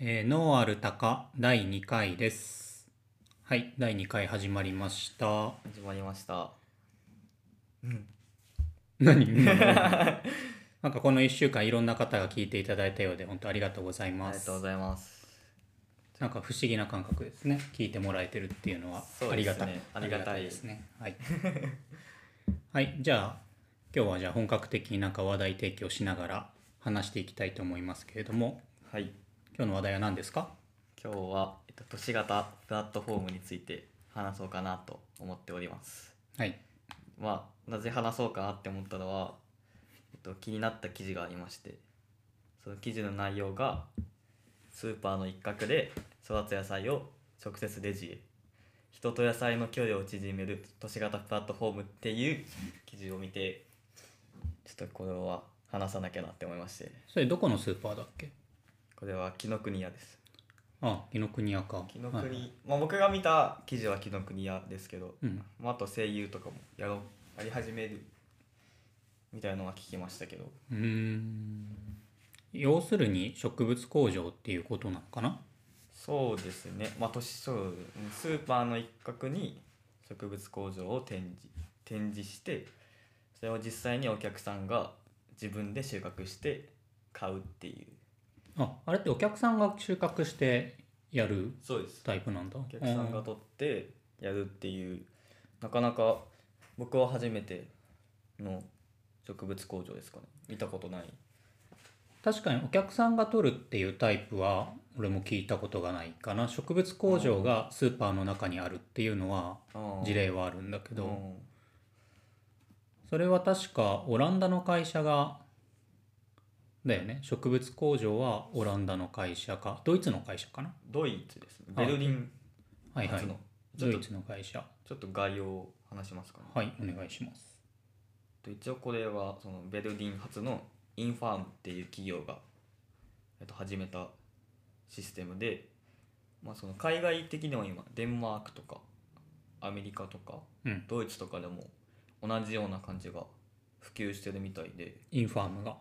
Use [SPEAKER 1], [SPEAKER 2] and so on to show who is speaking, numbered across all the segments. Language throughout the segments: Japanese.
[SPEAKER 1] えー、ノーアルタカ第2回です。はい、第2回始まりました。
[SPEAKER 2] 始まりました。うん。
[SPEAKER 1] 何今の なんかこの1週間いろんな方が聞いていただいたようで本当ありがとうござい
[SPEAKER 2] あ
[SPEAKER 1] ま
[SPEAKER 2] りが
[SPEAKER 1] す
[SPEAKER 2] とう。ございます。
[SPEAKER 1] なんか不思議な感覚ですね。聞いてもらえてるっていうのは
[SPEAKER 2] そう
[SPEAKER 1] あり
[SPEAKER 2] で
[SPEAKER 1] が
[SPEAKER 2] す
[SPEAKER 1] たい、
[SPEAKER 2] ねありがたい
[SPEAKER 1] ですね。はい。 はい、じゃあ今日はじゃあ本格的になんか話題提供しながら話していきたいと思いますけれども、
[SPEAKER 2] はい。
[SPEAKER 1] 今日の話題は何ですか？
[SPEAKER 2] 今日は、えっと、都市型プラットフォームについて話そうかなと思っております。
[SPEAKER 1] はい。
[SPEAKER 2] まあ、なぜ話そうかなって思ったのは、えっと、気になった記事がありまして、その記事の内容が、スーパーの一角で育つ野菜を直接レジへ。人と野菜の距離を縮める都市型プラットフォームっていう記事を見て、ちょっとこれは話さなきゃなって思いまして。
[SPEAKER 1] それどこのスーパーだっけ？
[SPEAKER 2] これは紀ノ国屋です
[SPEAKER 1] あ、紀ノ国屋か。
[SPEAKER 2] 紀ノ
[SPEAKER 1] は
[SPEAKER 2] 国、
[SPEAKER 1] い
[SPEAKER 2] まあ、僕が見た記事は紀ノ国屋ですけど、
[SPEAKER 1] うん
[SPEAKER 2] まあ、あと声優とかもやろうやり始めるみたいなのは聞きましたけど
[SPEAKER 1] うーん要するに植物工場っていうことなのかな
[SPEAKER 2] そうですねまあ都市そううんスーパーの一角に植物工場を展示展示してそれを実際にお客さんが自分で収穫して買うっていう
[SPEAKER 1] ああれってお客さんが収穫してやる
[SPEAKER 2] そうです
[SPEAKER 1] タイプなんだ
[SPEAKER 2] お客さんが取ってやるっていうなかなか僕は初めての植物工場ですかね見たことない
[SPEAKER 1] 確かにお客さんが取るっていうタイプは俺も聞いたことがないかな植物工場がスーパーの中にあるっていうのは事例はあるんだけ
[SPEAKER 2] け
[SPEAKER 1] ど、それは確かオランダの会社がだよね植物工場はオランダの会社かドイツの会社かな
[SPEAKER 2] ドイツですね
[SPEAKER 1] あ
[SPEAKER 2] ベルリン
[SPEAKER 1] はいはい
[SPEAKER 2] 初のち
[SPEAKER 1] ド
[SPEAKER 2] ょっと
[SPEAKER 1] イツの会社
[SPEAKER 2] ちょっと概要を話しますかね
[SPEAKER 1] はいお願いします
[SPEAKER 2] と一応これはそのベルリン発のインファームっていう企業が、えっと、始めたシステムで、まあ、その海外的にも今デンマークとかアメリカとか
[SPEAKER 1] うん
[SPEAKER 2] ドイツとかでも同じような感じが普及してるみたいで
[SPEAKER 1] インファームが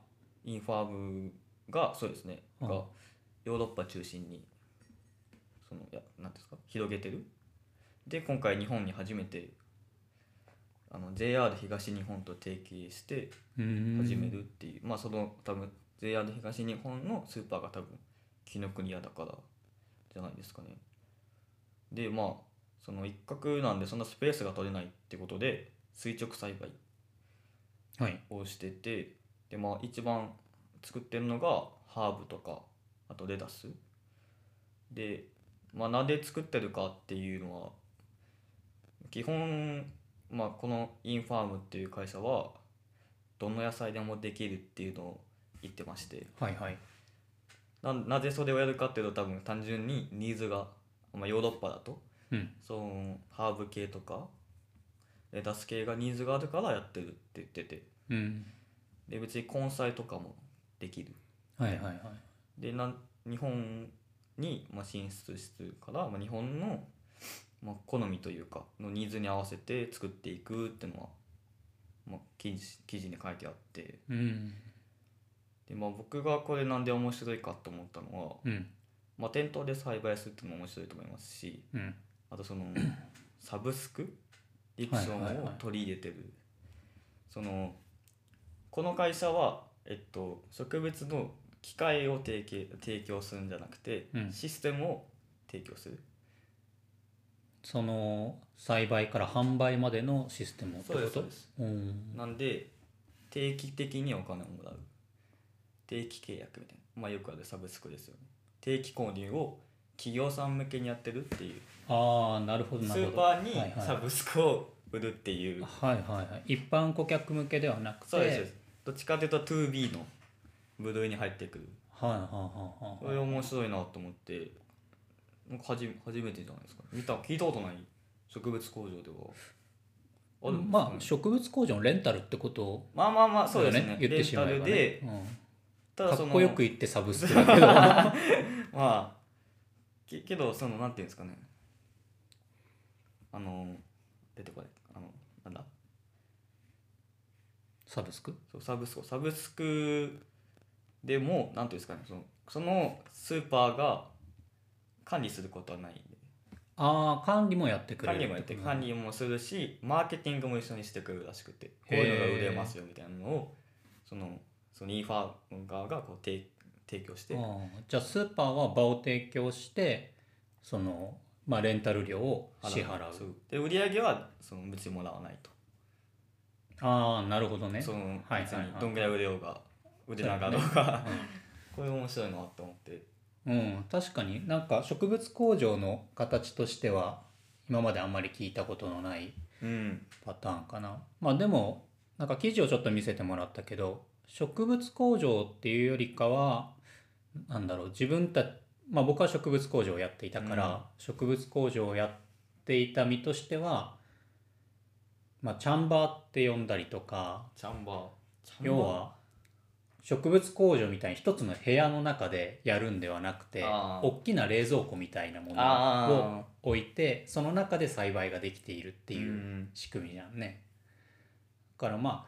[SPEAKER 2] インファームがそうですね、
[SPEAKER 1] うん
[SPEAKER 2] がヨーロッパ中心にそのいやなんていうんですか広げてるで今回日本に初めてあの JR 東日本と提携して始
[SPEAKER 1] 始
[SPEAKER 2] めるっていう、まあその多分 JR 東日本のスーパーが多分紀ノ国屋だからじゃないですかねでまあその一角なんでそんなスペースが取れないってことで垂直栽培
[SPEAKER 1] はい
[SPEAKER 2] をしててでまあ一番作ってるのがハーブとかあとレタスでまあなんで作ってるかっていうのは基本まあこのインファームっていう会社はどの野菜でもできるっていうのを言ってまして
[SPEAKER 1] はいはい
[SPEAKER 2] ななぜそれをやるかっていうと多分単純にニーズが、まあ、ヨーロッパだと
[SPEAKER 1] うん
[SPEAKER 2] そのハーブ系とかレタス系がニーズがあるからやってるって言ってて
[SPEAKER 1] うん
[SPEAKER 2] で別に根菜とかもできる
[SPEAKER 1] はいはいはい
[SPEAKER 2] でなん日本にまあ進出するから、まあ、日本のまあ好みというかのニーズに合わせて作っていくってのは、まあ、記事記事に書いてあって
[SPEAKER 1] うん
[SPEAKER 2] で、まあ、僕がこれなんで面白いかと思ったのは、
[SPEAKER 1] うん
[SPEAKER 2] まあ、店頭で栽培するっていうのも面白いと思いますし
[SPEAKER 1] うん
[SPEAKER 2] あと そのサブスクディプショ
[SPEAKER 1] はいはい
[SPEAKER 2] ンを
[SPEAKER 1] はい
[SPEAKER 2] 取り入れてる、そのこの会社は、えっと、植物の機械を提携提供するんじゃなくて、
[SPEAKER 1] うん
[SPEAKER 2] システムを提供する
[SPEAKER 1] その栽培から販売までのシステムってこと
[SPEAKER 2] す
[SPEAKER 1] うん
[SPEAKER 2] なんで定期的にお金をもらう定期契約みたいなまあよくあるサブスクですよね定期購入を企業さん向けにやってるっていう
[SPEAKER 1] ああなるほどな
[SPEAKER 2] ス
[SPEAKER 1] るほ
[SPEAKER 2] ー
[SPEAKER 1] ど
[SPEAKER 2] パーに
[SPEAKER 1] はいはい
[SPEAKER 2] サブスクを売るっていう、
[SPEAKER 1] はいはいはい一般顧客向けではなくて
[SPEAKER 2] そうですそうですどっちかというと 2B の部類に入ってくる
[SPEAKER 1] はいはいはい
[SPEAKER 2] こ
[SPEAKER 1] はい
[SPEAKER 2] れ
[SPEAKER 1] はい
[SPEAKER 2] 面白いなと思ってなんか初め初めてじゃないですか見た聞いたことない植物工場ではあるんですかね
[SPEAKER 1] まあ植物工場のレンタルってこと
[SPEAKER 2] まあまあまあそう
[SPEAKER 1] だ
[SPEAKER 2] で
[SPEAKER 1] よ
[SPEAKER 2] すね
[SPEAKER 1] 言っ
[SPEAKER 2] レ
[SPEAKER 1] て
[SPEAKER 2] ン
[SPEAKER 1] し
[SPEAKER 2] タ
[SPEAKER 1] まえ
[SPEAKER 2] ル
[SPEAKER 1] ば
[SPEAKER 2] で、
[SPEAKER 1] ね
[SPEAKER 2] た
[SPEAKER 1] うん
[SPEAKER 2] だ
[SPEAKER 1] か
[SPEAKER 2] そ
[SPEAKER 1] っ
[SPEAKER 2] の
[SPEAKER 1] こよく言ってサブスクだ けどは
[SPEAKER 2] まあけけどそのなんていうんですかねあの出てこないあのなんだ
[SPEAKER 1] サブスク
[SPEAKER 2] そうサブスクサブスクでもなんていうんですかねそのそのスーパーが管理することはないんで
[SPEAKER 1] ああ管理もやってくれ
[SPEAKER 2] 管
[SPEAKER 1] る
[SPEAKER 2] 理もやって
[SPEAKER 1] こと
[SPEAKER 2] 管理もするしマーケティングも一緒にしてくれるらしくてこう
[SPEAKER 1] へー
[SPEAKER 2] いうのが売れますよみたいなのをそのそのインファ側がこう提提供して
[SPEAKER 1] ああじゃあスーパーは場を提供してその、まあ、レンタル料を支払う
[SPEAKER 2] そうで売り上げはその別にもらわないと
[SPEAKER 1] ああなるほどね
[SPEAKER 2] その
[SPEAKER 1] はい
[SPEAKER 2] 別
[SPEAKER 1] はい
[SPEAKER 2] に
[SPEAKER 1] はい
[SPEAKER 2] どんぐらい売れようが売れなかろうがこれ面白いなと思って
[SPEAKER 1] うん確かになんか植物工場の形としては今まであんまり聞いたことのない
[SPEAKER 2] うん
[SPEAKER 1] パターンかなまあでもなんか記事をちょっと見せてもらったけど植物工場っていうよりかはなんだろう自分たまあ僕は植物工場をやっていたから、
[SPEAKER 2] うん
[SPEAKER 1] 植物工場をやっていた身としてはまあチャンバーって呼んだりとか
[SPEAKER 2] チャンバーチャンバー
[SPEAKER 1] 要は植物工場みたいに一つの部屋の中でやるんではなくて
[SPEAKER 2] あー
[SPEAKER 1] 大きな冷蔵庫みたいなものを
[SPEAKER 2] あ
[SPEAKER 1] 置いてその中で栽培ができているって
[SPEAKER 2] ー
[SPEAKER 1] いううん仕組みじゃんねだからまあ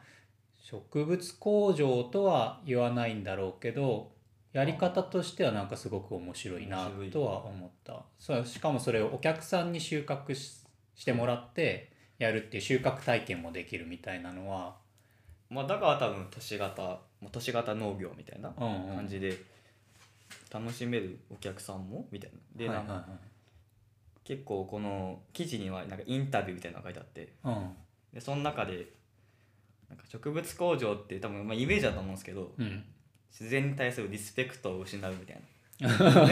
[SPEAKER 1] 植物工場とは言わないんだろうけどやり方としてはなんかすごく面白いな
[SPEAKER 2] 面白い
[SPEAKER 1] とは思ったそうしかもそれをお客さんに収穫ししてもらってやるっていう収穫体験もできるみたいなのは、
[SPEAKER 2] まあだから多分都市型まあ都市型農業みたいな
[SPEAKER 1] うんうん、
[SPEAKER 2] 感じで楽しめるお客さんもみたいなで
[SPEAKER 1] はい
[SPEAKER 2] な
[SPEAKER 1] は
[SPEAKER 2] ん
[SPEAKER 1] い
[SPEAKER 2] か結構この記事にはなんかインタビューみたいなのが書いてあって
[SPEAKER 1] はいうん
[SPEAKER 2] でその中でなんか植物工場って多分まあイメージだと思うんですけど
[SPEAKER 1] うん、
[SPEAKER 2] 自然に対するリスペクトを失うみたいな、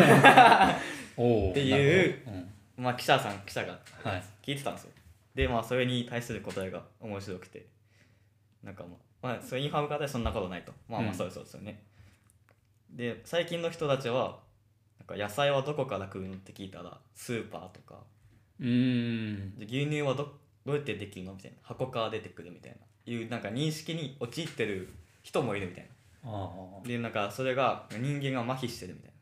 [SPEAKER 1] おー
[SPEAKER 2] っていう
[SPEAKER 1] なる
[SPEAKER 2] まあ、記者さん記者が
[SPEAKER 1] ほどうんはい、
[SPEAKER 2] 聞いてたんですよでまあそれに対する答えが面白くてなんかまあ、まあ、それインファム方でそんなことないとまあま
[SPEAKER 1] う
[SPEAKER 2] あ
[SPEAKER 1] ん
[SPEAKER 2] そうですそうですよね、で最近の人たちはなんか野菜はどこから食うのって聞いたらスーパーとか
[SPEAKER 1] うーん
[SPEAKER 2] で牛乳はどどうやってできるのみたいな箱から出てくるみたいないうなんか認識に陥ってる人もいるみたい
[SPEAKER 1] あ
[SPEAKER 2] な
[SPEAKER 1] ー
[SPEAKER 2] でなんかそれが人間が麻痺してるみたい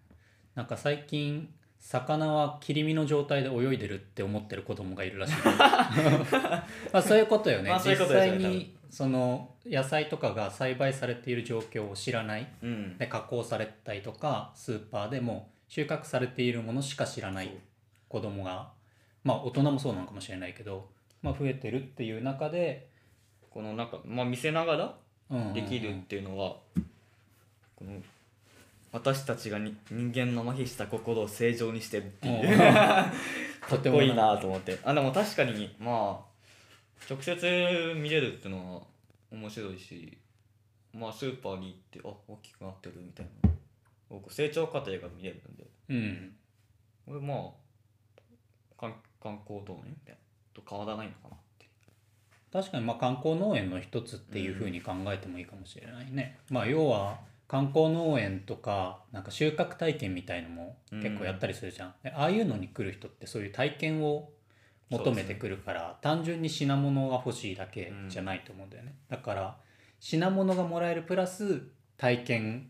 [SPEAKER 1] なんか最近魚は切り身の状態で泳いでるって思ってる子供がいる らしいまあそういうことよね、
[SPEAKER 2] まあそういうこと
[SPEAKER 1] 実
[SPEAKER 2] ですよ
[SPEAKER 1] 際
[SPEAKER 2] ね
[SPEAKER 1] にその野菜とかが栽培されている状況を知らない
[SPEAKER 2] なうん
[SPEAKER 1] で加工されたりとかスーパーでも収穫されているものしか知らない子供がまあ大人もそうなのかもしれないけど、まあ、増えてるっていう中で、
[SPEAKER 2] このなんかまあ見せながら
[SPEAKER 1] うんうんうん
[SPEAKER 2] できるっていうのは、この私たちがに人間の麻痺した心を正常にしてるっていう
[SPEAKER 1] と
[SPEAKER 2] か
[SPEAKER 1] て
[SPEAKER 2] っ
[SPEAKER 1] も
[SPEAKER 2] こいいなと思ってあでも確かにまあ直接見れるっていうのは面白いしまあスーパーに行ってあ大きくなってるみたいな僕成長過程が見れるんで
[SPEAKER 1] うん
[SPEAKER 2] これまあ観観光どうねみたいなと変わらないのかなって
[SPEAKER 1] 確かにまあ観光農園の一つっていうふうに考えてもいいかもしれないね、まあ要は観光農園とかなんか収穫体験みたいのも結構やったりするじゃん、でああいうのに来る人ってそういう体験を求めてくるから、単純に品物が欲しいだけじゃないと思うんだよね、だから品物がもらえるプラス体験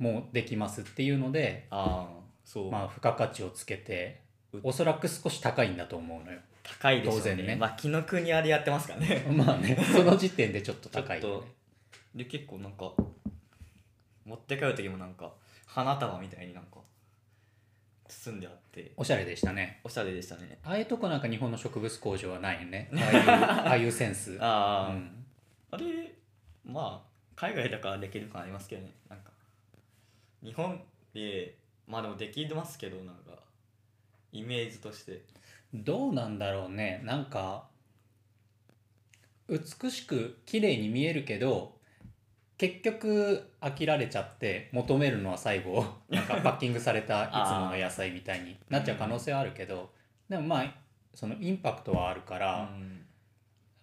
[SPEAKER 1] もできますっていうので、
[SPEAKER 2] ああそう、
[SPEAKER 1] まあ、付加価値をつけて
[SPEAKER 2] う
[SPEAKER 1] おそらく少し高いんだと思うのよ
[SPEAKER 2] 高いでしょ
[SPEAKER 1] 当
[SPEAKER 2] う
[SPEAKER 1] 然
[SPEAKER 2] ね
[SPEAKER 1] ね
[SPEAKER 2] まあ紀の国あれやってますからね
[SPEAKER 1] まあねその時点でちょっと高い
[SPEAKER 2] ちょ
[SPEAKER 1] よ
[SPEAKER 2] っ
[SPEAKER 1] ね
[SPEAKER 2] とで結構なんか持って帰る時もなんか花束みたいになんか包んであって
[SPEAKER 1] おしゃれでしたね
[SPEAKER 2] おしゃれでしたね
[SPEAKER 1] ああいうとこなんか日本の植物工場はないよね。ああいうああいうセンス。
[SPEAKER 2] ああ、
[SPEAKER 1] うん
[SPEAKER 2] あれまあ海外だからできる感ありますけどねなんか日本でまあでもできますけどなんかイメージとして
[SPEAKER 1] どうなんだろうね。なんか美しく綺麗に見えるけど結局飽きられちゃって求めるのは最後なんかパッキングされたいつもの野菜みたいになっちゃう可能性はあるけど、でもまあそのインパクトはあるから、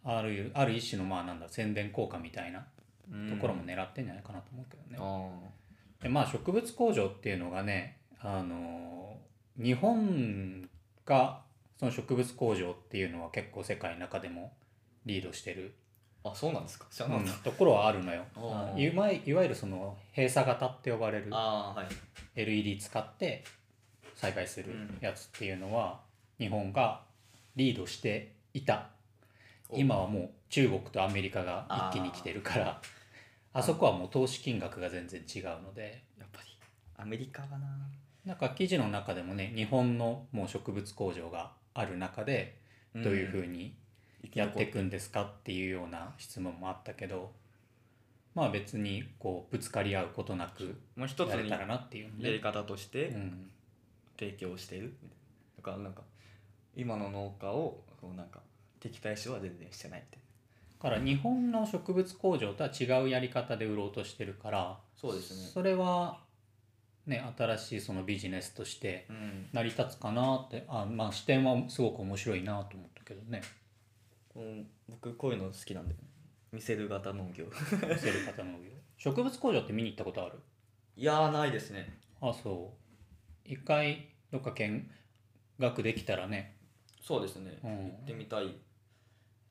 [SPEAKER 1] あるある一種のまあなんだ宣伝効果みたいな
[SPEAKER 2] うん
[SPEAKER 1] ところも狙ってんじゃないかなと思うけどね。
[SPEAKER 2] あ
[SPEAKER 1] でまあ植物工場っていうのがね、あのー日本がその植物工場っていうのは結構世界の中でもリードしてる、
[SPEAKER 2] ーあそうなんですか知ら
[SPEAKER 1] う
[SPEAKER 2] なかっ
[SPEAKER 1] ん
[SPEAKER 2] た、
[SPEAKER 1] ところはあるのよ
[SPEAKER 2] おー
[SPEAKER 1] あいわいいわゆるその閉鎖型って呼ばれる
[SPEAKER 2] ああはい
[SPEAKER 1] LED 使って栽培するやつっていうのは日本がリードしていた
[SPEAKER 2] お
[SPEAKER 1] 今はもう中国とアメリカが一気に来てるからああそこはもう投資金額が全然違うので
[SPEAKER 2] やっぱりアメリカはな
[SPEAKER 1] なんか記事の中でもね日本のもう植物工場がある中でどういうふうにやっていくんですかっていうような質問もあったけどまあ別にこうぶつかり合うことなく
[SPEAKER 2] まあ、一つ
[SPEAKER 1] やれ
[SPEAKER 2] に
[SPEAKER 1] たらなっていうの
[SPEAKER 2] やり
[SPEAKER 1] で、
[SPEAKER 2] 方とし
[SPEAKER 1] う
[SPEAKER 2] て
[SPEAKER 1] ん、
[SPEAKER 2] 提供しているだからなんか今の農家をこうなんか敵対視は全然してないって
[SPEAKER 1] だから日本の植物工場とは違うやり方で売ろうとしてるから
[SPEAKER 2] そうですね
[SPEAKER 1] それはね新しいそのビジネスとして
[SPEAKER 2] うん
[SPEAKER 1] 成り立つかなってあまあ視点はすごく面白いなと思ったけど ね
[SPEAKER 2] この僕こういうの好きなんだよね見せる型農業
[SPEAKER 1] 見せる方の上植物工場って見に行ったことある
[SPEAKER 2] いやーないですね
[SPEAKER 1] あそう一回どっか見学できたらね
[SPEAKER 2] そうですね、
[SPEAKER 1] うん
[SPEAKER 2] 行ってみたい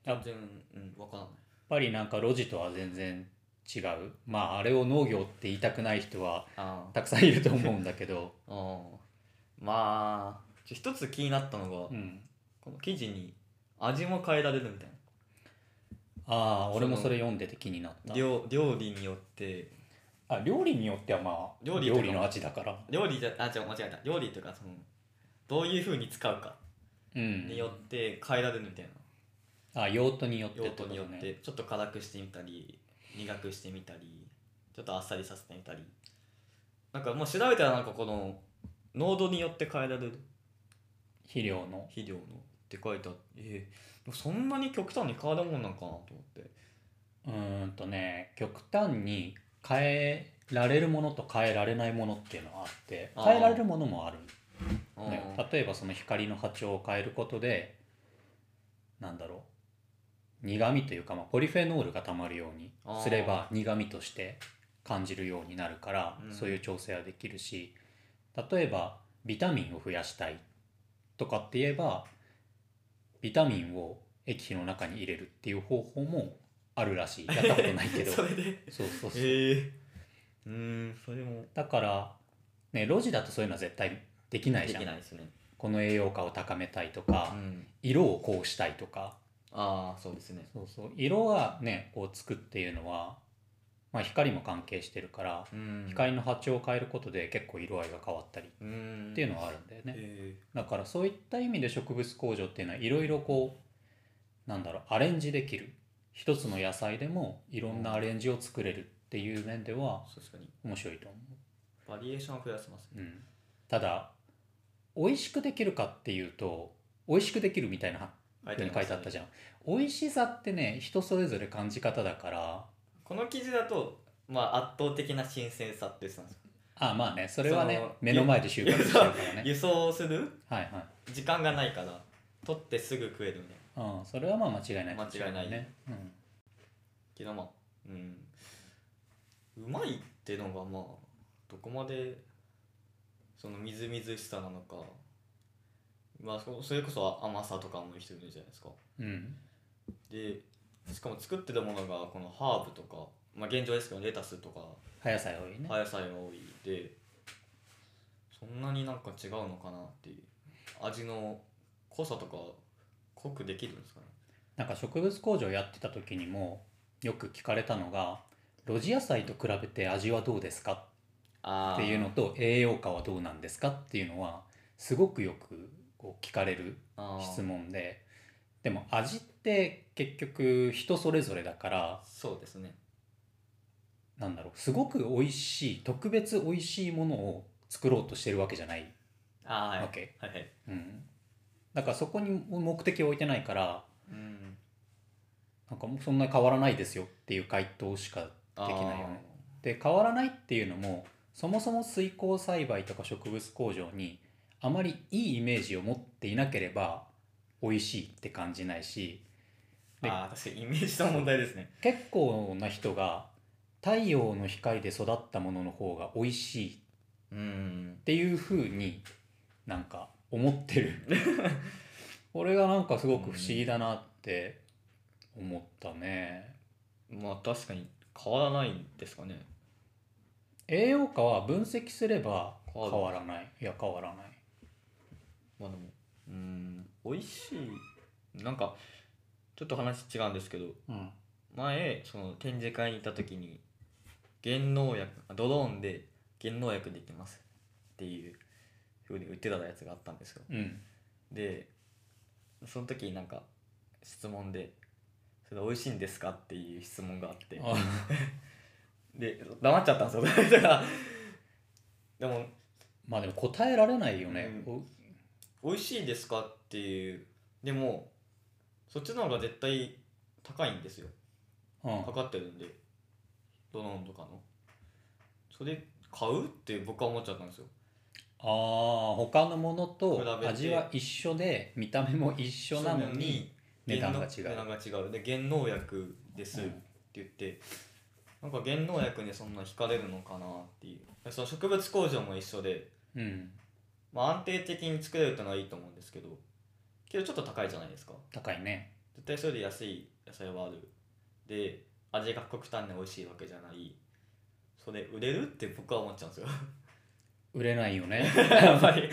[SPEAKER 2] 全然、うん、わからない
[SPEAKER 1] やっぱりなんか路地とは全然違うまああれを農業って言いたくない人は
[SPEAKER 2] あー
[SPEAKER 1] たくさんいると思うんだけ ど
[SPEAKER 2] あーまあちょ一つ気になったのが、
[SPEAKER 1] うん
[SPEAKER 2] この生地に味も変えられるみたい
[SPEAKER 1] ああ
[SPEAKER 2] その
[SPEAKER 1] 俺もそれ読んでて気になった
[SPEAKER 2] な料料理によって
[SPEAKER 1] あ料理によってはまあ
[SPEAKER 2] 料理とかも
[SPEAKER 1] の味だから
[SPEAKER 2] 料理じゃあ違う間違えた料理というかそのどういうふうに使うか
[SPEAKER 1] うん
[SPEAKER 2] によって変えられるみたいな、
[SPEAKER 1] あ用途によって
[SPEAKER 2] 用
[SPEAKER 1] ことね
[SPEAKER 2] 途によってちょっと辛くしてみたり苦くしてみたりちょっとあっさりさせてみたりなんかもう調べたらなんかこの濃度によって変えられる
[SPEAKER 1] 肥料の
[SPEAKER 2] 肥料のって書いてあってえーでもそんなに極端に変わるもんなんかなと思って
[SPEAKER 1] うーんとね極端に変えられるものと変えられないものっていうのがあって
[SPEAKER 2] あー
[SPEAKER 1] 変えられるものもある
[SPEAKER 2] あ
[SPEAKER 1] ね
[SPEAKER 2] ー
[SPEAKER 1] 例えばその光の波長を変えることでなんだろう苦味というか、まあ、ポリフェノールがたまるように
[SPEAKER 2] あー
[SPEAKER 1] すれば苦味として感じるようになるから、
[SPEAKER 2] うん
[SPEAKER 1] そういう調整はできるし例えばビタミンを増やしたいとかって言えばビタミンを液の中に入れるっていう方法もあるらしいやったことないけど
[SPEAKER 2] そ
[SPEAKER 1] そう
[SPEAKER 2] れで
[SPEAKER 1] そうそう、
[SPEAKER 2] ええうーんそれも
[SPEAKER 1] だから、ね、路地だとそういうのは絶対できない
[SPEAKER 2] で
[SPEAKER 1] じゃ
[SPEAKER 2] き
[SPEAKER 1] ん
[SPEAKER 2] ないですね
[SPEAKER 1] この栄養価を高めたいとか、
[SPEAKER 2] うん
[SPEAKER 1] 色をこうしたいとか
[SPEAKER 2] ああそうですね
[SPEAKER 1] そうそう色はねこうつくっていうのは、まあ、光も関係してるから、
[SPEAKER 2] うん
[SPEAKER 1] 光の波長を変えることで結構色合いが変わったりっ
[SPEAKER 2] うん
[SPEAKER 1] ていうのはあるんだよね、
[SPEAKER 2] え
[SPEAKER 1] だからそういった意味で植物工場っていうのはいろいろこうなんだろうアレンジできる一つの野菜でもいろんなアレンジを作れるっていう面では
[SPEAKER 2] ー確かに
[SPEAKER 1] 面白いと思
[SPEAKER 2] バリエーションを増やせますね
[SPEAKER 1] う、うん、ただ美味しくできるかっていうと美味しくできるみたいな
[SPEAKER 2] 書
[SPEAKER 1] って書いてあったじ
[SPEAKER 2] ゃん
[SPEAKER 1] ゃん美味しさってね人それぞれ感じ方だから
[SPEAKER 2] この記事だと、まあ、圧倒的な新鮮さって言ってたんですよ
[SPEAKER 1] あまあねそれはね
[SPEAKER 2] その
[SPEAKER 1] 目の前で収穫してるからね
[SPEAKER 2] 輸送する
[SPEAKER 1] はいはい
[SPEAKER 2] 時間がないから取ってすぐ食えるみたいな
[SPEAKER 1] うん、それはまあ間違いないかもしれ
[SPEAKER 2] 間違いない
[SPEAKER 1] ね、うん、
[SPEAKER 2] けどまあうんうまいってのがまあどこまでそのみずみずしさなのかまあそそれこそ甘さとかも人いるじゃないですか
[SPEAKER 1] うん、
[SPEAKER 2] でしかも作ってるものがこのハーブとかまあ現状ですけどレタスとか
[SPEAKER 1] 葉野菜多いね、
[SPEAKER 2] 葉野菜が多いでそんなになんか違うのかなっていう味の濃さとか濃くできるんですかね
[SPEAKER 1] なんか植物工場やってた時にもよく聞かれたのが路地野菜と比べて味はどうですか
[SPEAKER 2] あ
[SPEAKER 1] っていうのと栄養価はどうなんですかっていうのはすごくよくこう聞かれる質問ででも味って結局人それぞれだから
[SPEAKER 2] そうですね
[SPEAKER 1] なんだろうすごく美味しい特別美味しいものを作ろうとしてるわけじゃない
[SPEAKER 2] あー
[SPEAKER 1] わけ、
[SPEAKER 2] はいはい
[SPEAKER 1] うん、だからそこに目的を置いてないから
[SPEAKER 2] うん
[SPEAKER 1] なんかもうそんな変わらないですよっていう回答しか
[SPEAKER 2] で
[SPEAKER 1] きないよねで変わらないっていうのもそもそも水耕栽培とか植物工場にあまりいいイメージを持っていなければ美味しいって感じないしで
[SPEAKER 2] あー確かにイメージの問題ですね
[SPEAKER 1] 結構な人が太陽の光で育ったものの方が美味しいっ
[SPEAKER 2] うん
[SPEAKER 1] っていう風になんか思って る俺がなんかすごく不思議だなって思ったね
[SPEAKER 2] まあ確かに変わらないんですかね
[SPEAKER 1] 栄養価は分析すれば
[SPEAKER 2] 変わ
[SPEAKER 1] 変
[SPEAKER 2] る
[SPEAKER 1] わらないいや変わらない
[SPEAKER 2] まあでもうん美味しいなんかちょっと話違うんですけど
[SPEAKER 1] うん
[SPEAKER 2] 前その展示会に行った時に減農薬ドローンで減農薬できますっていうふうに売ってたやつがあったんですよ
[SPEAKER 1] うん
[SPEAKER 2] でその時なんか質問で「それ美味しいんですか?」っていう質問があって
[SPEAKER 1] あ
[SPEAKER 2] で黙っちゃったんですよ だからでも
[SPEAKER 1] まあでも答えられないよね、
[SPEAKER 2] う
[SPEAKER 1] お
[SPEAKER 2] 「美味しいですか?」っていうでもそっちの方が絶対高いんですよ
[SPEAKER 1] うん
[SPEAKER 2] かかってるんでドローンとかのそれ買うって僕は思っちゃったんですよ
[SPEAKER 1] あー他のものと
[SPEAKER 2] 比べて
[SPEAKER 1] 味は一緒で見た目も一緒なのに値段が違う
[SPEAKER 2] 減農値段が違うで減農薬ですって言って、なんか減農薬にそんな惹かれるのかなっていうその植物工場も一緒で、
[SPEAKER 1] うん
[SPEAKER 2] まあ、安定的に作れるってのはいいと思うんですけどけどちょっと高いじゃないですか
[SPEAKER 1] 高いね
[SPEAKER 2] 絶対それで安い野菜はあるで味が極端に美味しいわけじゃないそれ売れるって僕は思っちゃうん ですよ
[SPEAKER 1] 売れないよね
[SPEAKER 2] やっぱり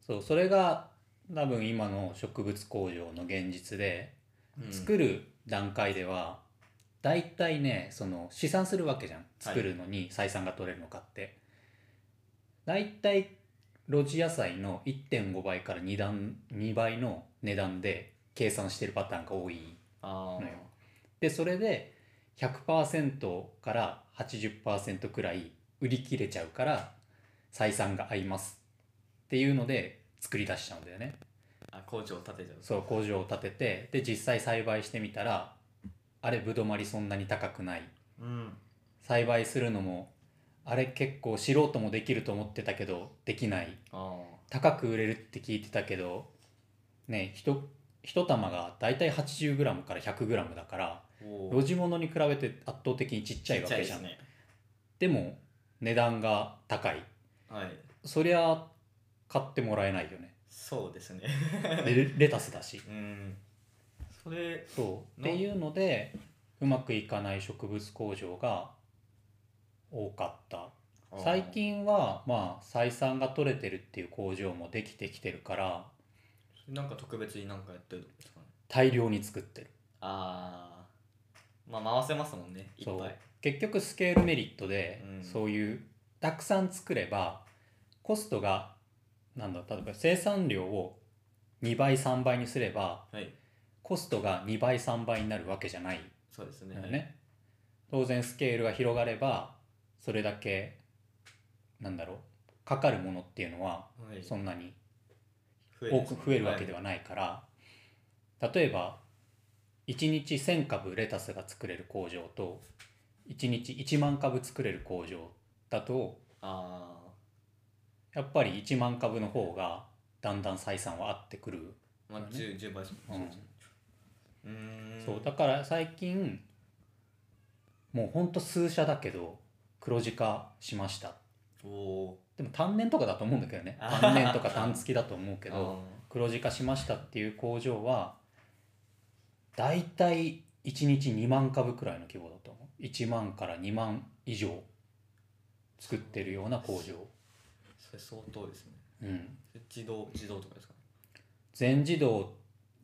[SPEAKER 1] そうそれが多分今の植物工場の現実で作
[SPEAKER 2] る
[SPEAKER 1] る段階では大体ねその試算するわけじゃん作るのに採算が取れるのかって、大体露地野菜の1.5倍から2段2倍の値段で計算してるパターンが多い
[SPEAKER 2] あ
[SPEAKER 1] のよでそれで100%から80%くらい売り切れちゃうから採算が合いますっていうので作り出しちゃうんだよね
[SPEAKER 2] ああ工場を建てちゃう
[SPEAKER 1] そう工場を建ててで実際栽培してみたらあれぶどまりそんなに高くない
[SPEAKER 2] うん
[SPEAKER 1] 栽培するのもあれ結構素人もできると思ってたけどできない
[SPEAKER 2] あ
[SPEAKER 1] 高く売れるって聞いてたけどねひと一玉がだいたい 80g から 100g だから
[SPEAKER 2] あおー
[SPEAKER 1] 路地物に比べて圧倒的にちっちゃいわけじゃん
[SPEAKER 2] ちっ
[SPEAKER 1] で,、
[SPEAKER 2] ち
[SPEAKER 1] も値段が高い
[SPEAKER 2] ゃいですねはい
[SPEAKER 1] そりゃ買ってもらえないよね
[SPEAKER 2] そうですね
[SPEAKER 1] レレタスだし
[SPEAKER 2] うんそれ
[SPEAKER 1] そうっ
[SPEAKER 2] な
[SPEAKER 1] ていうのでうまくいかない植物工場が多かった最近はまあ採算が取れてるっていう工場もできてきてるから
[SPEAKER 2] それなんか特別になんかやってるんですかね
[SPEAKER 1] 大量に作ってる
[SPEAKER 2] ああまあ回せますもんねいっ
[SPEAKER 1] そう
[SPEAKER 2] ぱい
[SPEAKER 1] 結局スケールメリットで、
[SPEAKER 2] うん
[SPEAKER 1] そういうたくさん作ればコストがなんだ例えば生産量を2倍3倍にすれば
[SPEAKER 2] はい
[SPEAKER 1] コストが2倍3倍になるわけじゃない
[SPEAKER 2] そうですね
[SPEAKER 1] のよね、当然スケールが広がればそれだけなんだろうかかるものっていうのは
[SPEAKER 2] はい
[SPEAKER 1] そんなに
[SPEAKER 2] 増
[SPEAKER 1] 多く増えるわけで
[SPEAKER 2] は
[SPEAKER 1] はないから、例えば1日1,000株レタスが作れる工場と1日1万株作れる工場だと
[SPEAKER 2] あ
[SPEAKER 1] やっぱり1万株の方がだんだん採算は合ってくる、
[SPEAKER 2] あまあ
[SPEAKER 1] そうね
[SPEAKER 2] 10, 10倍そうですねうーん
[SPEAKER 1] そうだから最近もうほんと数社だけど黒字化しました
[SPEAKER 2] おお
[SPEAKER 1] でも単年とかだと思うんだけどね
[SPEAKER 2] あはは
[SPEAKER 1] 単年とか単月だと 思うけ
[SPEAKER 2] け
[SPEAKER 1] ど黒字化しましたっていう工場はだいたい1日2万株くらいの規模だと思う1万から2万以上作ってるような工場、
[SPEAKER 2] それ相当ですね
[SPEAKER 1] うん、
[SPEAKER 2] 自動自動とかですかね
[SPEAKER 1] 全自動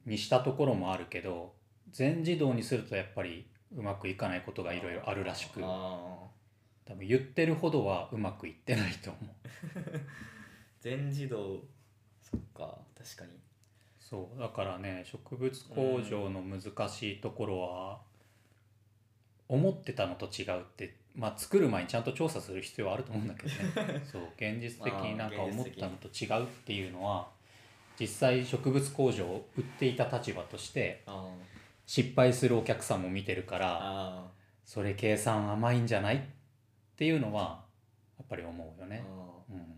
[SPEAKER 1] にしたところもあるけど全自動にするとやっぱりうまくいかないことがいろいろあるらしく
[SPEAKER 2] ああ
[SPEAKER 1] 多分言ってるほどはうまくいってないと思う
[SPEAKER 2] 全自動そっか確かに
[SPEAKER 1] そうだからね植物工場の難しいところは、思ってたのと違うって、まあ、作る前にちゃんと調査する必要はあると思うんだけど ねそう現実的になんか
[SPEAKER 2] まあ現
[SPEAKER 1] 思
[SPEAKER 2] 実
[SPEAKER 1] っ
[SPEAKER 2] 的に
[SPEAKER 1] たのと違うっていうのは実際植物工場を売っていた立場として
[SPEAKER 2] あー
[SPEAKER 1] 失敗するお客さんも見てるから
[SPEAKER 2] あー
[SPEAKER 1] それ計算甘いんじゃないっていうのはやっぱり思うよね。
[SPEAKER 2] あ
[SPEAKER 1] うん
[SPEAKER 2] ーか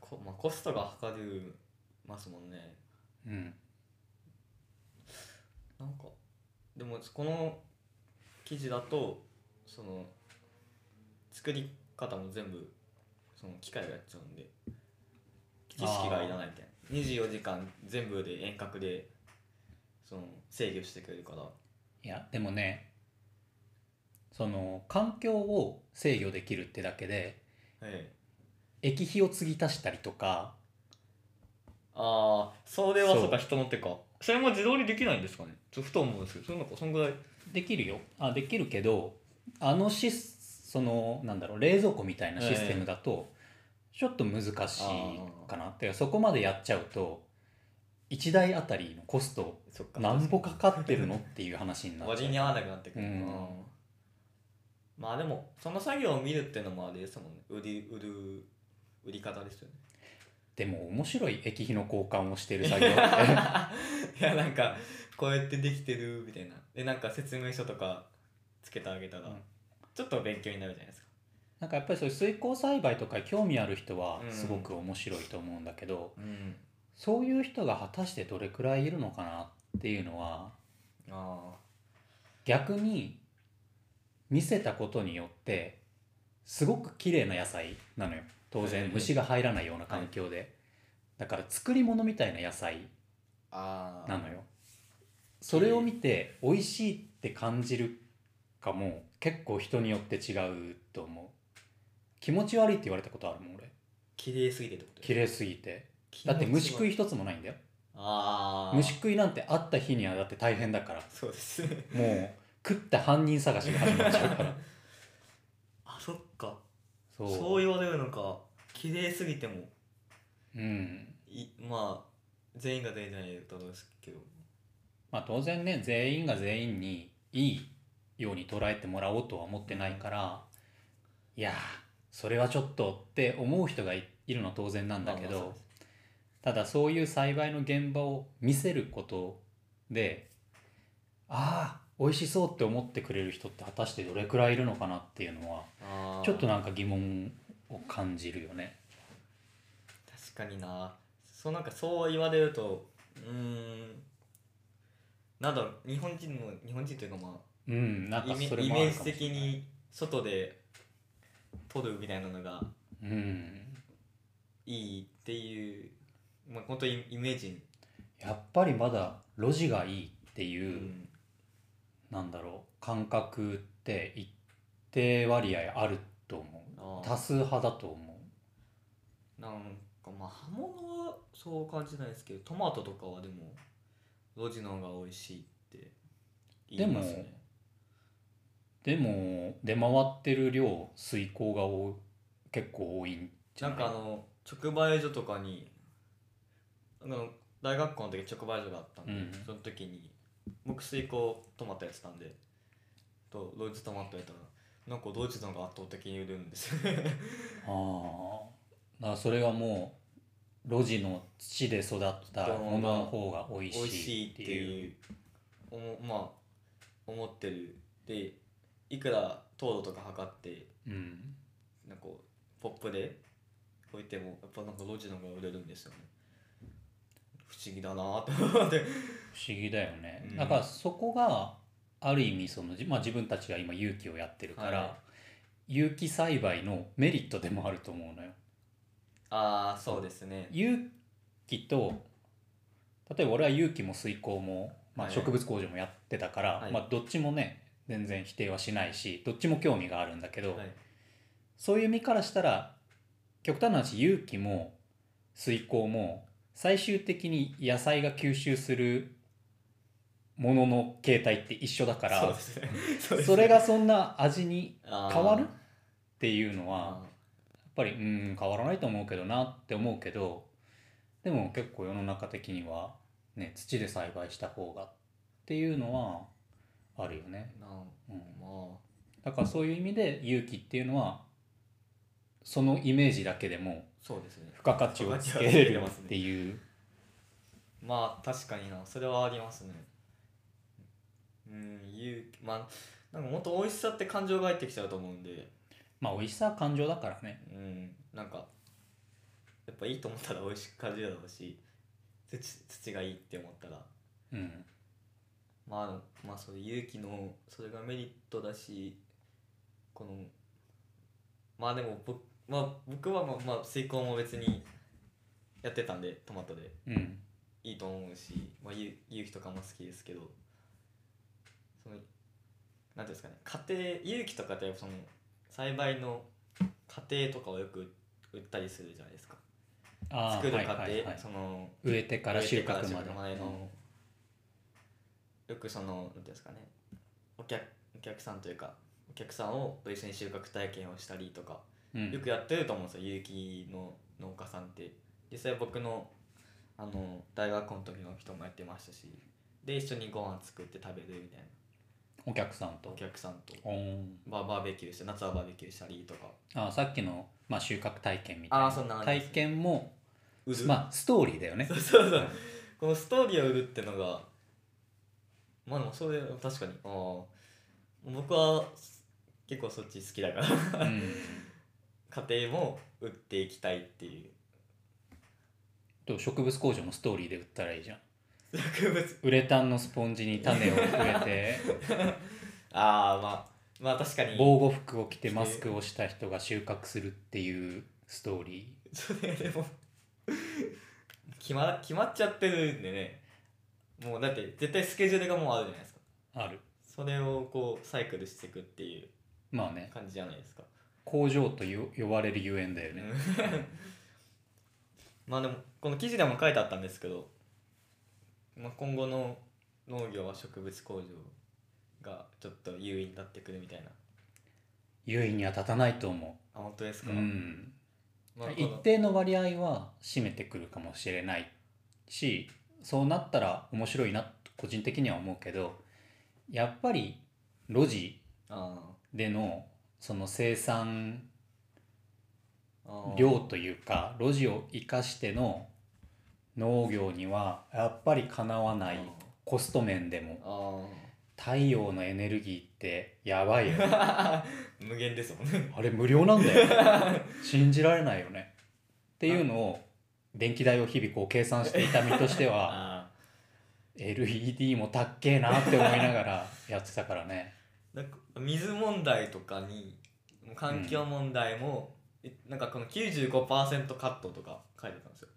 [SPEAKER 2] こ、まあ、コストがかかりますもんね
[SPEAKER 1] うん
[SPEAKER 2] なんかでもこの記事だとその作り方も全部その機械がやっちゃうんで知識がいらないみたいな24時間全部で遠隔でその制御してくれるから
[SPEAKER 1] いやでもねその環境を制御できるってだけで
[SPEAKER 2] はい
[SPEAKER 1] 液肥を継ぎ足したりとか
[SPEAKER 2] ああそれは
[SPEAKER 1] そう
[SPEAKER 2] そうか人の手かそれも自撮りできないんですかねちょっとふと思うんですけどそれなんかそんぐらい
[SPEAKER 1] できるよあできるけどあのシスそのなんだろう冷蔵庫みたいなシステムだとちょっと難しいかなってそこまでやっちゃうと1台あたりのコスト
[SPEAKER 2] そっか
[SPEAKER 1] 何歩かかってるのっていう話になっち
[SPEAKER 2] 割
[SPEAKER 1] ゃ
[SPEAKER 2] に
[SPEAKER 1] う
[SPEAKER 2] 合わなくなってくる、
[SPEAKER 1] うん
[SPEAKER 2] まあでもその作業を見るっていうのもあれですもんね売り売る売り方ですよね
[SPEAKER 1] でも面白い液肥の交換をしてる 作業って
[SPEAKER 2] いやなんかこうやってできてるみたいなでなんか説明書とかつけてあげたら、
[SPEAKER 1] うん
[SPEAKER 2] ちょっと勉強になるじゃないですか、
[SPEAKER 1] なんかやっぱりそういう水耕栽培とか興味ある人は
[SPEAKER 2] うん
[SPEAKER 1] すごく面白いと思うんだけど、
[SPEAKER 2] うん、
[SPEAKER 1] そういう人が果たしてどれくらいいるのかなっていうのは
[SPEAKER 2] あ
[SPEAKER 1] 逆に見せたことによってすごく綺麗な野菜なのよ当
[SPEAKER 2] はい
[SPEAKER 1] 然
[SPEAKER 2] はい
[SPEAKER 1] 虫が入らないような環境で、だから作り物みたいな野菜
[SPEAKER 2] あ
[SPEAKER 1] なのよそれを見て美味しいって感じるかも結構人によって違うと思う気持ち悪いって言われたことあるもん俺
[SPEAKER 2] 綺麗すぎてってこと
[SPEAKER 1] 綺麗すぎてだって虫食い一つもないんだよ
[SPEAKER 2] ああ
[SPEAKER 1] 虫食いなんて会った日にはだって大変だから
[SPEAKER 2] そうです
[SPEAKER 1] もう食った犯人探しが始まっちゃうから
[SPEAKER 2] あそっか
[SPEAKER 1] そう
[SPEAKER 2] そう言われるのか綺麗すぎても
[SPEAKER 1] うん
[SPEAKER 2] いまあ全員が全員じゃないと思うんですけど
[SPEAKER 1] まあ、当然ね全員が全員にいいように捉えてもらおうとは思ってないからいやーそれはちょっとって思う人がいいるのは当然なんだけど、
[SPEAKER 2] まあまあそう
[SPEAKER 1] ただそういう栽培の現場を見せることでああ美味しそうって思ってくれる人って果たしてどれくらいいるのかなっていうのは
[SPEAKER 2] あー
[SPEAKER 1] ちょっとなんか疑問を感じるよね。
[SPEAKER 2] 確かになそうなんかそう言われるとうーんなんだろう日本人の日本人というかま
[SPEAKER 1] うん、な
[SPEAKER 2] あ
[SPEAKER 1] ん
[SPEAKER 2] イ
[SPEAKER 1] か
[SPEAKER 2] メ
[SPEAKER 1] それ
[SPEAKER 2] イ
[SPEAKER 1] もあ
[SPEAKER 2] メ
[SPEAKER 1] る
[SPEAKER 2] ー
[SPEAKER 1] か
[SPEAKER 2] ジ
[SPEAKER 1] もしれない
[SPEAKER 2] 的に外で撮るみたいなのが
[SPEAKER 1] うん、
[SPEAKER 2] いいっていうまあ本当にイメージ、
[SPEAKER 1] やっぱりまだ路地がいいって
[SPEAKER 2] う
[SPEAKER 1] いう、なんだろう感覚って一定割合あると思
[SPEAKER 2] あ
[SPEAKER 1] う
[SPEAKER 2] ー
[SPEAKER 1] 多数派だと思
[SPEAKER 2] なんかまあ葉物はそう感じないですけどトマトとかはでも路地の方が美味しいって言いますね
[SPEAKER 1] でもうでも出回ってる量水耕が多い結構多いんじゃ
[SPEAKER 2] な
[SPEAKER 1] なんい
[SPEAKER 2] かあの直売所とかにあの大学校の時直売所があったんで、
[SPEAKER 1] うん
[SPEAKER 2] その時に僕水耕トマトやってたんでとドイツトマトやったらなんかドイツの方が圧倒的に売れるんですよ
[SPEAKER 1] あーだからそれはもう路地の土で育ったものの方が美味
[SPEAKER 2] 美味し
[SPEAKER 1] し
[SPEAKER 2] い
[SPEAKER 1] い
[SPEAKER 2] っ
[SPEAKER 1] ってて
[SPEAKER 2] い
[SPEAKER 1] いうう
[SPEAKER 2] おもまあ思ってるでいくら糖度とか測って
[SPEAKER 1] うん
[SPEAKER 2] なんかこうポップで置いてもやっぱなんかロジの方が売れるんですよね不思議だなぁと思って
[SPEAKER 1] 不思議だよね、
[SPEAKER 2] うん
[SPEAKER 1] だからそこがある意味その、じまあ、自分たちが今有機をやってるから、
[SPEAKER 2] は
[SPEAKER 1] 有機栽培のメリットでもあると思うのよ
[SPEAKER 2] ああそうですね
[SPEAKER 1] 勇気と例えば俺は勇気も水耕も、まあ、
[SPEAKER 2] はい
[SPEAKER 1] 植物工場もやってたから、
[SPEAKER 2] はい
[SPEAKER 1] まあ、どっちもね全然否定はしないしどっちも興味があるんだけど、
[SPEAKER 2] はい
[SPEAKER 1] そういう身からしたら極端な話勇気も水耕も最終的に野菜が吸収するものの形態って一緒だか
[SPEAKER 2] そう
[SPEAKER 1] ら
[SPEAKER 2] ですねそうですね
[SPEAKER 1] それがそんな味に
[SPEAKER 2] あー
[SPEAKER 1] 変わるっていうのは
[SPEAKER 2] あ
[SPEAKER 1] やっぱりうん変わらないと思うけどなって思うけどでも結構世の中的には、ね、土で栽培した方がっていうのはあるよね、
[SPEAKER 2] ーなん
[SPEAKER 1] うん、
[SPEAKER 2] まあ
[SPEAKER 1] だからそういう意味で勇気っていうのはそのイメージだけでも
[SPEAKER 2] そうですね
[SPEAKER 1] 付加価値をつけれるっていう
[SPEAKER 2] まあ確かになそれはありますねうん勇気まあなんかもっと美味しさって感情が入ってきちゃうと思うんで
[SPEAKER 1] まあ美味しさは感情だからね
[SPEAKER 2] うんなんかやっぱいいと思ったら美味しく感じるだろうし土土がいいって思ったら
[SPEAKER 1] うん
[SPEAKER 2] まあまあそういう勇気のそれがメリットだしこのまあでも僕,、まあ、僕はまあ、まあ、水耕も別にやってたんでトマトで
[SPEAKER 1] うん
[SPEAKER 2] いいと思うし、まあ、ゆ勇気とかも好きですけどそのなんていうんですかね家庭勇気とかってその栽培の過程とかをよく売ったりするじゃないですか
[SPEAKER 1] ああ
[SPEAKER 2] 作る過程、
[SPEAKER 1] はいはいはい
[SPEAKER 2] その
[SPEAKER 1] 植えてから
[SPEAKER 2] 植え
[SPEAKER 1] 収
[SPEAKER 2] てから
[SPEAKER 1] 穫
[SPEAKER 2] 収
[SPEAKER 1] まで
[SPEAKER 2] 穫までのよくその何ていうんですかねお客お客さんというかお客さんをと一緒に収穫体験をしたりとか
[SPEAKER 1] うん
[SPEAKER 2] よくやってると思うんですよ有機の農家さんって実際僕のあの大学の時の人もやってましたしで一緒にご飯作って食べるみたいな
[SPEAKER 1] お客さんと
[SPEAKER 2] お客さんと
[SPEAKER 1] おー
[SPEAKER 2] バーバーベキューして夏はバーベキューしたりとか
[SPEAKER 1] あさっきの、まあ、収穫体験みたい
[SPEAKER 2] あーそんな
[SPEAKER 1] な
[SPEAKER 2] 感じ
[SPEAKER 1] 体
[SPEAKER 2] です
[SPEAKER 1] 験も
[SPEAKER 2] うず
[SPEAKER 1] まあストーリーだよね
[SPEAKER 2] そうそうそう
[SPEAKER 1] うん
[SPEAKER 2] このストーリーを売るってのがまあでもそれは確かにあー僕は結構そっち好きだ から、
[SPEAKER 1] うん
[SPEAKER 2] 家庭も売っていきたいっていう
[SPEAKER 1] と植物工場もストーリーで売ったらいいじゃん
[SPEAKER 2] 植物
[SPEAKER 1] ウレタンのスポンジに種を植え
[SPEAKER 2] ああまあまあ確か
[SPEAKER 1] て
[SPEAKER 2] に
[SPEAKER 1] 防護服を着てマスクをした人が収穫するっていうストーリ
[SPEAKER 2] それでも決ま決まっちゃってるんでねもうだって絶対スケジュールがもうあるじゃないですか
[SPEAKER 1] ーある
[SPEAKER 2] それをこうサイクルしていくってい
[SPEAKER 1] まあね
[SPEAKER 2] う感じじゃないですか、
[SPEAKER 1] 工場とよ呼ばれるゆえんだよね、
[SPEAKER 2] まあでもこの記事でも書いてあったんですけど、まあ、今後の農業は植物工場がちょっと優位になってくるみたいな
[SPEAKER 1] 優位には立たないと思
[SPEAKER 2] あ本当です
[SPEAKER 1] う、
[SPEAKER 2] か、
[SPEAKER 1] うん、
[SPEAKER 2] まあ、こ
[SPEAKER 1] 一
[SPEAKER 2] の
[SPEAKER 1] 定の割合は占めてくるかもしれないしそうなったら面白いなと個人的には思うけどやっぱり路地
[SPEAKER 2] あ
[SPEAKER 1] でのその生産
[SPEAKER 2] ーあー
[SPEAKER 1] 量というか路地を生かしての農業にはやっぱりかなわないコスト面でも
[SPEAKER 2] あー
[SPEAKER 1] 太陽のエネルギーってやばい よね
[SPEAKER 2] あー 無限ですも んね
[SPEAKER 1] あれ無料なんだよね信じられないよねっていうのを電気代を日々こう計算していた身として は
[SPEAKER 2] あ
[SPEAKER 1] LED もたっけえなって思いながら やってたからね
[SPEAKER 2] ーなんか水問題とかに環境問題も、えなんかこの95%カットとか書いてたんですよ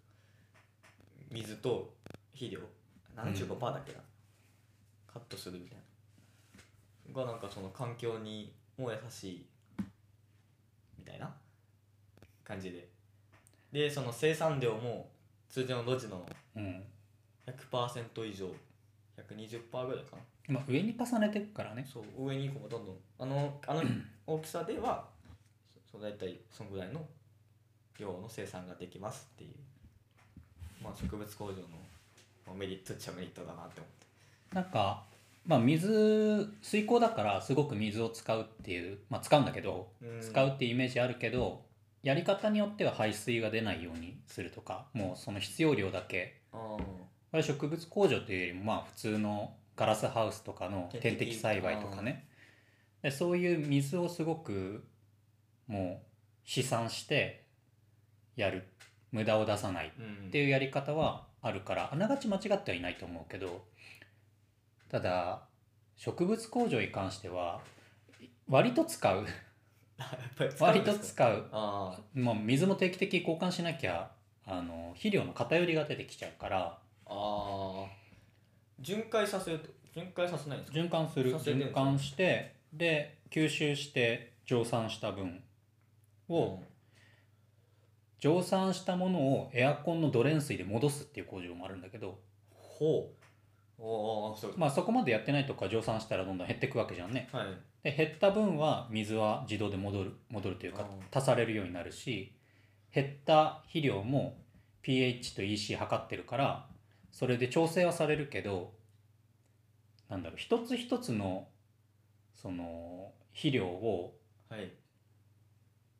[SPEAKER 2] 水と肥料75%だっけな、カットするみたいながなんかその環境にも優しいみたいな感じででその生産量も通常の路地の
[SPEAKER 1] うん、
[SPEAKER 2] 100%以上120%ぐらいかな
[SPEAKER 1] まあ、上に重ねていくからね
[SPEAKER 2] そう上に行こうどんどんあの あの大きさではそそう大体そのぐらいの量の生産ができますっていうまあ植物工場のまあメリットっちゃメリットだなって思って
[SPEAKER 1] なんか、まあ、水水耕だからすごく水を使うっていう、まあ、使うんだけど
[SPEAKER 2] うん
[SPEAKER 1] 使うっていうイメージあるけどやり方によっては排水が出ないようにするとかもうその必要量だけ
[SPEAKER 2] あ
[SPEAKER 1] これは植物工場というよりもまあ普通のガラスハウスとかの
[SPEAKER 2] 天
[SPEAKER 1] 天
[SPEAKER 2] 敵
[SPEAKER 1] 敵栽培とかねでそういう水をすごくもう試算してやる無駄を出さない
[SPEAKER 2] ーうん
[SPEAKER 1] っていうやり方はあるからあながち間違ってはいないと思うけどただ植物工場に関しては割と使う
[SPEAKER 2] あやっぱり使う
[SPEAKER 1] 割
[SPEAKER 2] んで
[SPEAKER 1] と
[SPEAKER 2] すか
[SPEAKER 1] 使う、
[SPEAKER 2] あ
[SPEAKER 1] まあ、水も定期的に交換しなきゃあの肥料の偏りが出てきちゃうから
[SPEAKER 2] ーあー巡回させると巡回させないんですか
[SPEAKER 1] 循環する
[SPEAKER 2] させてるんです
[SPEAKER 1] 循
[SPEAKER 2] か
[SPEAKER 1] 環してで吸収して蒸散した分を蒸散したものをエアコンのドレン水で戻すっていう工場もあるんだけど、
[SPEAKER 2] ほうおーあーそう
[SPEAKER 1] まあ、そこまでやってないとか蒸散したらどんどん減っていくわけじゃんね。
[SPEAKER 2] はい
[SPEAKER 1] で減った分は水は自動で戻る戻るというか
[SPEAKER 2] うん
[SPEAKER 1] 足されるようになるし減った肥料も pH と EC 測ってるからそれで調整はされるけどなんだろう一つ一つのその肥料を
[SPEAKER 2] はい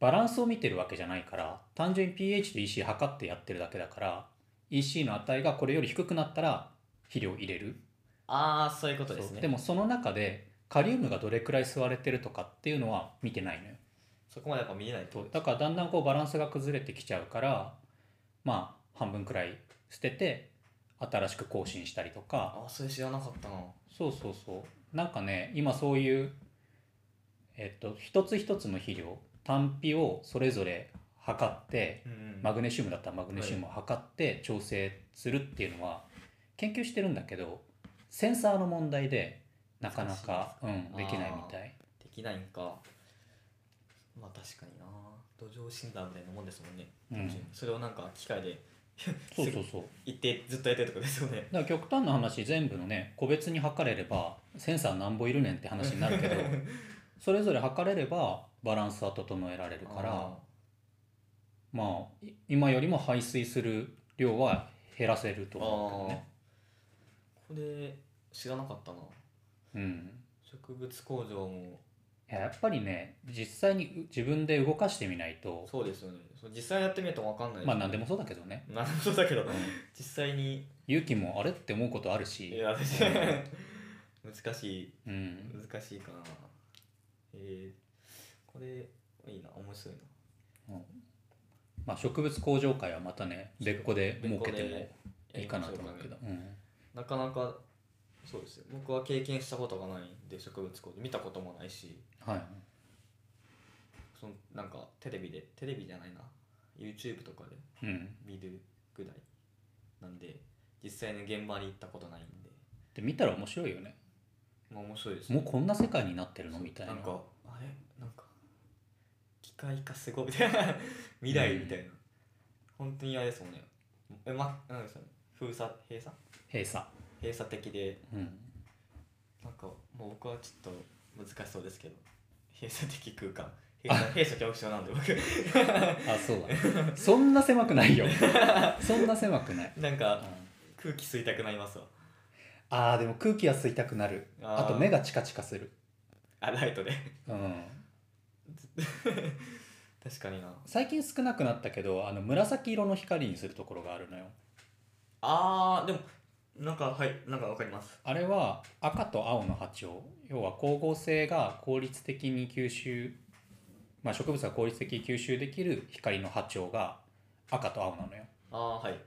[SPEAKER 1] バランスを見てるわけじゃないから単純に pH と EC 測ってやってるだけだから EC の値がこれより低くなったら肥料入れる
[SPEAKER 2] ああそういうことです
[SPEAKER 1] そう
[SPEAKER 2] ね
[SPEAKER 1] でもその中でカリウムがどれくらい吸われてるとかっていうのは見てないのよ
[SPEAKER 2] そこまでやっぱ見えないって
[SPEAKER 1] そ
[SPEAKER 2] こ
[SPEAKER 1] う
[SPEAKER 2] と
[SPEAKER 1] だからだんだんこうバランスが崩れてきちゃうからまあ半分くらい捨てて新しく更新したりとか
[SPEAKER 2] ああそれ知らなかったな
[SPEAKER 1] そうそうそうなんかね今そういうえっと一つ一つの肥料単肥をそれぞれ測って
[SPEAKER 2] うん
[SPEAKER 1] マグネシウムだったらマグネシウムを測って調整するっていうのは研究してるんだけどセンサーの問題でなかなか、うん、できないみたい
[SPEAKER 2] できないんかまあ確かにな土壌診断みたいなもんですもんね、
[SPEAKER 1] うん
[SPEAKER 2] それをなんか機械で
[SPEAKER 1] そうそうそう
[SPEAKER 2] 行ってずっとやってるとかですよね
[SPEAKER 1] だから極端な話全部のね個別に測れればセンサーなんぼいるねんって話にな るけどそれぞれ測れればバランスは整えられるから
[SPEAKER 2] あ
[SPEAKER 1] まあい今よりも排水する量は減らせると
[SPEAKER 2] ー
[SPEAKER 1] 思うけどね
[SPEAKER 2] これ知らなかったな
[SPEAKER 1] うん
[SPEAKER 2] 植物工場も
[SPEAKER 1] いややっぱりね実際にう自分で動かしてみないと
[SPEAKER 2] そうですよねそう実際やってみると分かんない
[SPEAKER 1] まあ何で
[SPEAKER 2] も
[SPEAKER 1] もそうだけどね
[SPEAKER 2] 何でもそうだけど実際に
[SPEAKER 1] 勇気もあれって思うことある
[SPEAKER 2] い
[SPEAKER 1] し、
[SPEAKER 2] や私難しい
[SPEAKER 1] うん、
[SPEAKER 2] 難しいかなえー、これいいな面白いな
[SPEAKER 1] まあ植物工場会はまたね別個で設けてもいいかなと思うけど、うん
[SPEAKER 2] なかなかそうですよ僕は経験したことがないんで植物工場見たこともないし
[SPEAKER 1] はい
[SPEAKER 2] そのなんかテレビでテレビじゃないな YouTube とかで
[SPEAKER 1] うん、
[SPEAKER 2] 見るぐらいなんで実際に現場に行ったことないんで、
[SPEAKER 1] で見たら面白いよね
[SPEAKER 2] まあ、面白いです
[SPEAKER 1] もうこんな世界になってるのみたいな
[SPEAKER 2] なんかあれなんか機械化すごい 未来みたいな、本当にあれですもんねえまなんですかね封鎖閉鎖
[SPEAKER 1] 閉鎖、
[SPEAKER 2] 閉鎖的で
[SPEAKER 1] うん、
[SPEAKER 2] なんかもう僕はちょっと難しそうですけど閉鎖的空間閉 鎖閉鎖恐怖症なんで 僕
[SPEAKER 1] あそうだねそんな狭く ないよそんな狭くない、
[SPEAKER 2] なん
[SPEAKER 1] うん
[SPEAKER 2] か空気吸いたくなりますわ
[SPEAKER 1] あーでも空気は吸いたくなる
[SPEAKER 2] あー
[SPEAKER 1] あと目がチカチカする、
[SPEAKER 2] あライトで
[SPEAKER 1] うん、
[SPEAKER 2] 確かにな
[SPEAKER 1] 最近少なくなったけどあの紫色の光にするところがあるのよ
[SPEAKER 2] あーでもなんかはいなんかわかります
[SPEAKER 1] あれは赤と青の波長要は光合成が効率的に吸収、まあ、植物が効率的に吸収できる光の波長が赤と青なのよ
[SPEAKER 2] ああーはい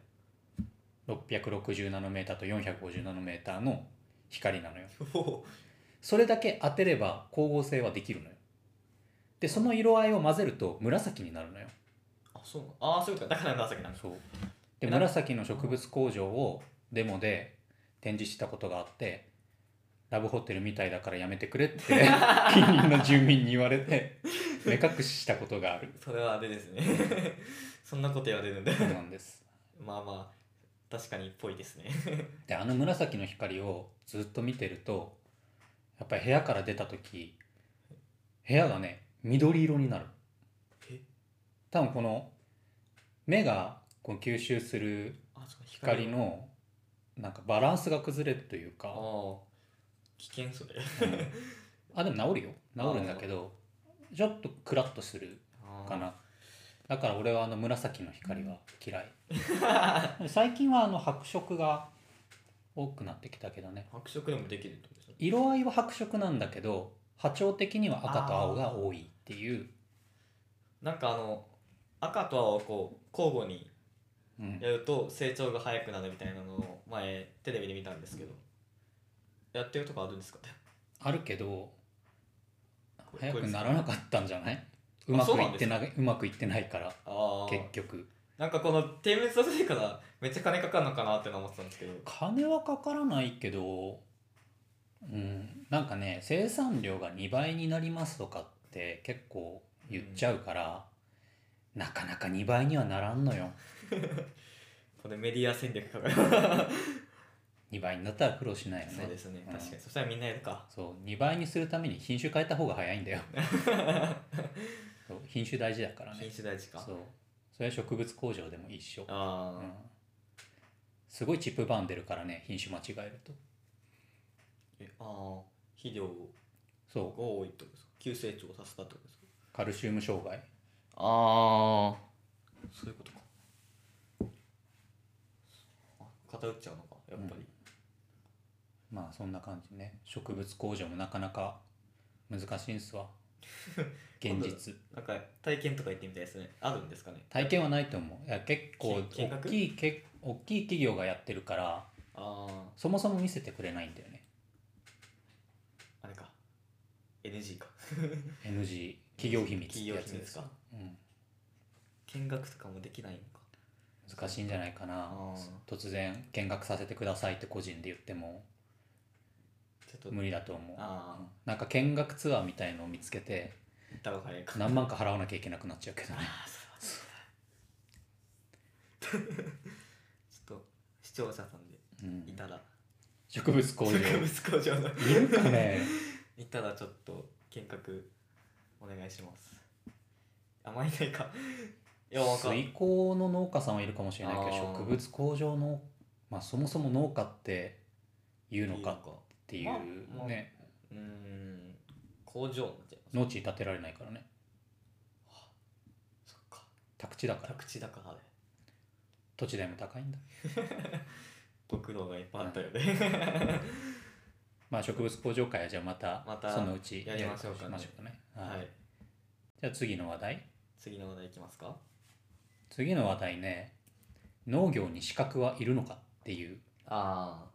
[SPEAKER 1] 660ナノメーターと450ナノメーターの光なのよ
[SPEAKER 2] おお
[SPEAKER 1] それだけ当てれば光合成はできるのよでその色合いを混ぜると紫になるのよ
[SPEAKER 2] あそうなああそういうことかだから紫なんです
[SPEAKER 1] そうで
[SPEAKER 2] えなん
[SPEAKER 1] 紫の植物工場をデモで展示したことがあってラブホテルみたいだからやめてく れって近隣の住民に言われて目隠ししたことがある
[SPEAKER 2] それはあれですね そんなこと言われるんで
[SPEAKER 1] そうなんです
[SPEAKER 2] まあまあ確かにっぽいですね
[SPEAKER 1] であの紫の光をずっと見てるとやっぱり部屋から出た時部屋がね緑色になる
[SPEAKER 2] え
[SPEAKER 1] 多分この目がこう吸収する
[SPEAKER 2] あそう
[SPEAKER 1] 光のなんかバランスが崩れるというか
[SPEAKER 2] ああ危険それ
[SPEAKER 1] あでも治るよ治るんだけどちょっとクラッとするかなだから俺はあの紫の光は嫌 いでも最近はあの白色が多くなってきたけどね
[SPEAKER 2] 白色でもできるってことですね
[SPEAKER 1] 色合いは白色なんだけど波長的には赤と青が多いっていう、
[SPEAKER 2] なんかあの赤と青をこう交互に
[SPEAKER 1] うん
[SPEAKER 2] やると成長が早くなるみたいなのを前テレビで見たんですけどやってるとこあるんですかね
[SPEAKER 1] あるけど
[SPEAKER 2] こ
[SPEAKER 1] 早
[SPEAKER 2] こ
[SPEAKER 1] く
[SPEAKER 2] れです
[SPEAKER 1] ならなかったんじゃないうまくいってな
[SPEAKER 2] そうなん
[SPEAKER 1] いうんうまくいってないから
[SPEAKER 2] あ
[SPEAKER 1] 結
[SPEAKER 2] あ
[SPEAKER 1] 局
[SPEAKER 2] なんかこの点滅させてからめっちゃ金かかるのかなってのは思ってたんですけど
[SPEAKER 1] 金はかからないけどうんなんかね生産量が2倍になりますとかって結構言っちゃうから、なかなか2倍にはならんのよ
[SPEAKER 2] これメディア戦略かか る
[SPEAKER 1] 2倍になったら苦労しないよね
[SPEAKER 2] そうですね
[SPEAKER 1] うん
[SPEAKER 2] 確かに、そしたらみんなやるか
[SPEAKER 1] そう2倍にするために品種変えた方が早いん だよそう品種大事だから
[SPEAKER 2] 品
[SPEAKER 1] ね
[SPEAKER 2] 種大事か
[SPEAKER 1] そうそれは植物工場でも一緒、
[SPEAKER 2] あ
[SPEAKER 1] う
[SPEAKER 2] あ、
[SPEAKER 1] ん、すごいチップバーン出るからね品種間違えると
[SPEAKER 2] えああ肥料
[SPEAKER 1] そ
[SPEAKER 2] が多いってことですか急成長させたってことですか
[SPEAKER 1] うカルシウム障害
[SPEAKER 2] ああそういうことかあ偏っちゃうのかやっぱり、
[SPEAKER 1] まあそんな感じね植物工場もなかなか難しいんす わ現実
[SPEAKER 2] なんか体験とか行ってみたいですねあるんですかね
[SPEAKER 1] 体験はないと思ういや結構
[SPEAKER 2] 見
[SPEAKER 1] 大
[SPEAKER 2] 学
[SPEAKER 1] きいけ大きい企業がやってるから
[SPEAKER 2] ああ
[SPEAKER 1] そもそも見せてくれないんだよね
[SPEAKER 2] あれか NG か
[SPEAKER 1] NG 企業秘密って
[SPEAKER 2] 企業
[SPEAKER 1] や
[SPEAKER 2] 秘
[SPEAKER 1] つで
[SPEAKER 2] 密
[SPEAKER 1] す
[SPEAKER 2] か
[SPEAKER 1] うん、
[SPEAKER 2] 見学とかもできないのか
[SPEAKER 1] 難しいんじゃないかな
[SPEAKER 2] あ
[SPEAKER 1] 突然見学させてくださいって個人で言っても
[SPEAKER 2] ちょっと
[SPEAKER 1] 無理だと思う
[SPEAKER 2] あー
[SPEAKER 1] うんなんか見学ツアーみたいのを見つけて
[SPEAKER 2] 行った方が早いか
[SPEAKER 1] 何 万か払わなきゃいけなくなっちゃうけどね
[SPEAKER 2] ああそれは視聴者さんで
[SPEAKER 1] うん
[SPEAKER 2] いたら
[SPEAKER 1] 植物 工場
[SPEAKER 2] 植物工場の
[SPEAKER 1] いるかね
[SPEAKER 2] いたらちょっと見学お願いしますあまりいないかいやわかん
[SPEAKER 1] 水耕の農家さんはいるかもしれないけど
[SPEAKER 2] あー
[SPEAKER 1] 植物工場の、まあ、そもそも農家っていうのかっていう
[SPEAKER 2] いいのかまあ
[SPEAKER 1] ね
[SPEAKER 2] うーん工場になっちゃいます
[SPEAKER 1] 農地建てられないからね
[SPEAKER 2] そっか
[SPEAKER 1] 宅地だから
[SPEAKER 2] 宅地だからね
[SPEAKER 1] 土地代も高いんだ
[SPEAKER 2] ご苦労がいっぱいあったよね
[SPEAKER 1] まあ植物工場会はじゃあまた
[SPEAKER 2] また
[SPEAKER 1] そのうち
[SPEAKER 2] やりましょうかね
[SPEAKER 1] やりましょうかね
[SPEAKER 2] は
[SPEAKER 1] はい
[SPEAKER 2] い
[SPEAKER 1] じゃあ次の話題
[SPEAKER 2] 次の話題いきますか
[SPEAKER 1] 次の話題ね農業に資格はいるのかっていう
[SPEAKER 2] あ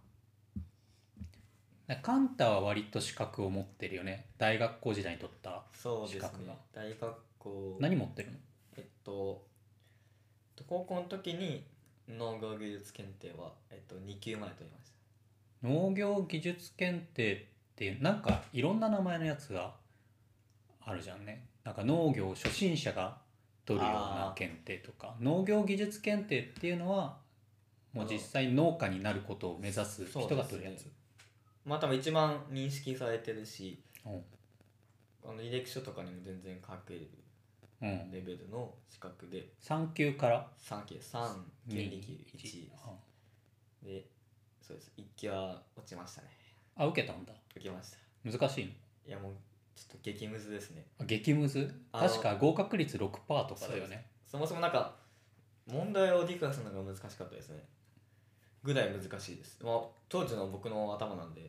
[SPEAKER 1] だカンタは割と資格を持ってるよね大学校時代に取った
[SPEAKER 2] あそうです
[SPEAKER 1] 資
[SPEAKER 2] ね
[SPEAKER 1] 格が
[SPEAKER 2] 大学校
[SPEAKER 1] 何持ってるの
[SPEAKER 2] えっと高校の時に農業技術検定は、えっと、2級まで取りまし
[SPEAKER 1] 農業技術検定っていうなんかいろんな名前のやつがあるじゃんねなんか農業初心者が取るような
[SPEAKER 2] あー
[SPEAKER 1] 検定とか農業技術検定っていうのはもう実際農家になることを目指す人が取るやつ、
[SPEAKER 2] そうですねたまあ多分一番認識されてるし
[SPEAKER 1] うん
[SPEAKER 2] あの履歴書とかにも全然書ける
[SPEAKER 1] うん、
[SPEAKER 2] レベルの資格で
[SPEAKER 1] 3級から
[SPEAKER 2] 3級3級2級
[SPEAKER 1] 1
[SPEAKER 2] 1でそうです1級は落ちましたね
[SPEAKER 1] あ受けたんだ
[SPEAKER 2] 受けました
[SPEAKER 1] 難しいの
[SPEAKER 2] いやもうちょっと激ムズですね
[SPEAKER 1] あ激ムズ
[SPEAKER 2] あの
[SPEAKER 1] 確か合格率6%とかだよね
[SPEAKER 2] そもそもなんか問題を理解するのが難しかったですねぐらい難しいですまあ当時の僕の頭なんでっ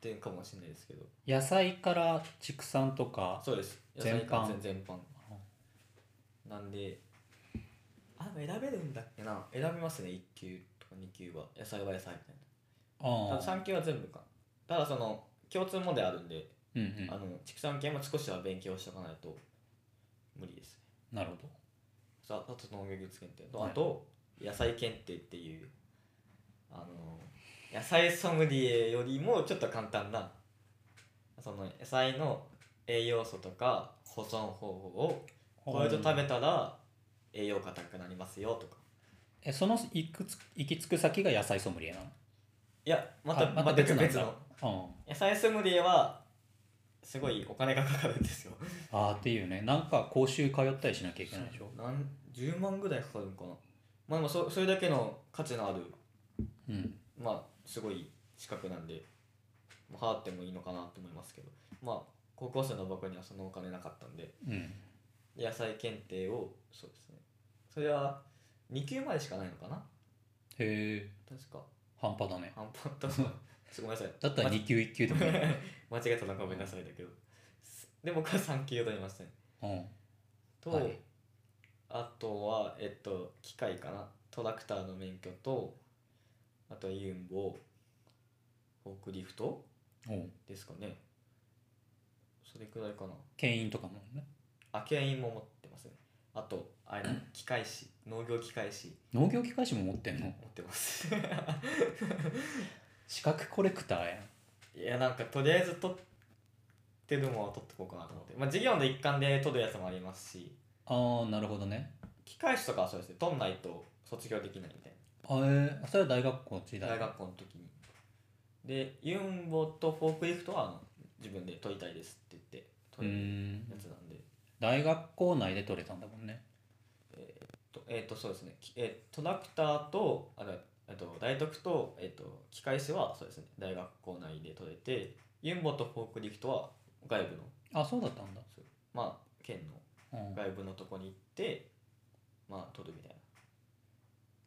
[SPEAKER 2] ていうかもしれないですけど
[SPEAKER 1] 野菜から畜産とか
[SPEAKER 2] そうです
[SPEAKER 1] 全般
[SPEAKER 2] 全全般なんであでも選べるんだっけな選べますね1級とか2級は野菜は野菜みたいな
[SPEAKER 1] あ
[SPEAKER 2] ただ
[SPEAKER 1] あ
[SPEAKER 2] 3級は全部かただその共通問題あるんで、
[SPEAKER 1] うんうん
[SPEAKER 2] あの畜産系も少しは勉強しておかないと無理ですね
[SPEAKER 1] なるほど
[SPEAKER 2] さあと農業技術検定と、
[SPEAKER 1] はい
[SPEAKER 2] あと野菜検定っていうあの野菜ソムリエよりもちょっと簡単なその野菜の栄養素とか保存方法をこれと食べたら栄養価高くなりますよとか
[SPEAKER 1] えその行くつ行き着く先が野菜ソムリエない
[SPEAKER 2] やまた
[SPEAKER 1] あ
[SPEAKER 2] また別
[SPEAKER 1] なんだ
[SPEAKER 2] の
[SPEAKER 1] うん
[SPEAKER 2] 野菜ソムリエはすごいお金がかかるんですよ
[SPEAKER 1] ああっていうねなんか講習通ったりしなきゃいけないでしょ
[SPEAKER 2] 何10万ぐらいかかるのかなまあでもそそれだけの価値のある
[SPEAKER 1] うん
[SPEAKER 2] まあすごい資格なんで、まあ、払ってもいいのかなと思いますけどまあ高校生の僕にはそのお金なかったんで
[SPEAKER 1] うん
[SPEAKER 2] 野菜検定をそうですねそれは2級までしかないのかな
[SPEAKER 1] へえ
[SPEAKER 2] 確か
[SPEAKER 1] 半端だね
[SPEAKER 2] 半端だとごめんなさい
[SPEAKER 1] だったら2級1級でもいい、
[SPEAKER 2] 間違えたのごめんなさいだけどすで僕は3級を取りましたね
[SPEAKER 1] うん、
[SPEAKER 2] と、
[SPEAKER 1] はい
[SPEAKER 2] あとはえっと機械かなトラクターの免許とあとはユンボフォークリフト
[SPEAKER 1] おう
[SPEAKER 2] ですかねそれくらいかな
[SPEAKER 1] 牽引とかもね
[SPEAKER 2] あ牽引も持ってますねあとあれだ機械士農業機械士
[SPEAKER 1] 農業機械士も持ってんの
[SPEAKER 2] 持ってます
[SPEAKER 1] 資格コレクターやん
[SPEAKER 2] いやなんかとりあえず取ってるものは取ってこうかなと思ってまあ授業の一環で取るやつもありますし
[SPEAKER 1] ああなるほどね
[SPEAKER 2] 機械士とかはそうですね取んないと卒業できないみたい
[SPEAKER 1] あえーそれは大学校時
[SPEAKER 2] な
[SPEAKER 1] 代
[SPEAKER 2] 大学校の時にでユンボとフォークリフトはあの自分で取りたいですって言って
[SPEAKER 1] う
[SPEAKER 2] 取
[SPEAKER 1] ー
[SPEAKER 2] れる
[SPEAKER 1] ん
[SPEAKER 2] やつなんで
[SPEAKER 1] 大学校内で取れたんだもんね
[SPEAKER 2] とえっ、とそうですね、きえートラクターとあれえっと大徳とえっ、と機械士はそうですね大学校内で取れてユンボとフォークリフトは外部の
[SPEAKER 1] あそうだったんだ、
[SPEAKER 2] まあ県
[SPEAKER 1] うん
[SPEAKER 2] の外部のとこに行ってまあ取るみたいな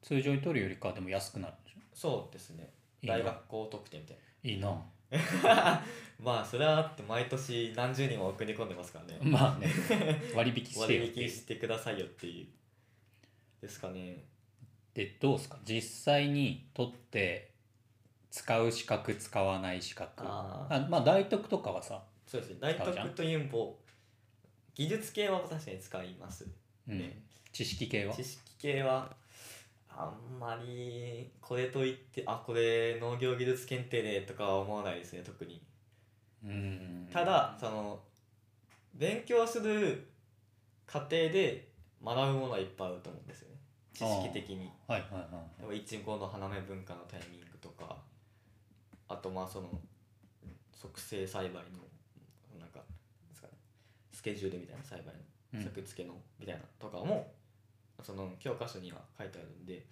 [SPEAKER 1] 通常に取るよりかはでも安くなるんでしょ
[SPEAKER 2] そうですね
[SPEAKER 1] いいな
[SPEAKER 2] 大学校特典みたい
[SPEAKER 1] いいな
[SPEAKER 2] な まあそれはだって毎年何十人も送り込んでますからね
[SPEAKER 1] まあね割引してよっ
[SPEAKER 2] 割
[SPEAKER 1] てい
[SPEAKER 2] 引
[SPEAKER 1] う
[SPEAKER 2] してくださいよっていうですかね
[SPEAKER 1] でどうですか実際に取って使う資格使わない資格
[SPEAKER 2] あー
[SPEAKER 1] あまあ大徳とかはさ、
[SPEAKER 2] そうですね大
[SPEAKER 1] 使うじゃ
[SPEAKER 2] 徳
[SPEAKER 1] ん
[SPEAKER 2] とユンボ技術系は確かに使います
[SPEAKER 1] うん
[SPEAKER 2] ね
[SPEAKER 1] 知識系は
[SPEAKER 2] 知識系はあんまりこれといってあこれ農業技術検定でとかは思わないですね特に
[SPEAKER 1] うん
[SPEAKER 2] ただその勉強する過程で学ぶものはいっぱいあると思うんですよね知識的に
[SPEAKER 1] はいはいはい
[SPEAKER 2] でもいちごの花芽文化のタイミングとかあとまあその促成栽培のなんかなんですか、ね、スケジュールみたいな栽培
[SPEAKER 1] うん
[SPEAKER 2] の作付けのみたいなとかも、その教科書には書いてあるんで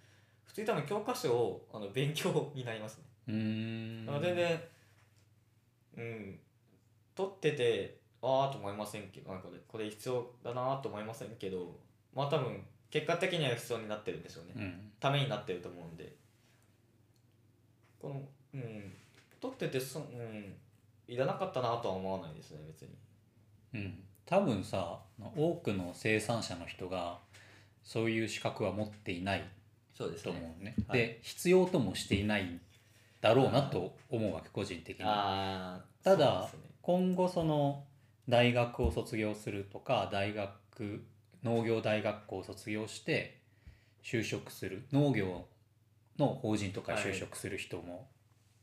[SPEAKER 2] 普通に多分教科書をあの勉強になりますね。
[SPEAKER 1] うーん
[SPEAKER 2] あの全然うん取っててああと思いませんけどなんかこれこれ必要だなと思いませんけどまあ多分結果的には必要になってるんでしょうね。
[SPEAKER 1] うん
[SPEAKER 2] ためになってると思うんでこのうん取っててそうんいらなかったなとは思わないですね別に
[SPEAKER 1] うん多分さ多くの生産者の人がそういう資格は持っていない
[SPEAKER 2] そうです
[SPEAKER 1] と思うね
[SPEAKER 2] はい
[SPEAKER 1] で必要ともしていないだろうなと思うわけ個人的に
[SPEAKER 2] ああ
[SPEAKER 1] ただ今後その大学を卒業するとか大学農業大学校を卒業して就職する農業の法人とかに就職する人も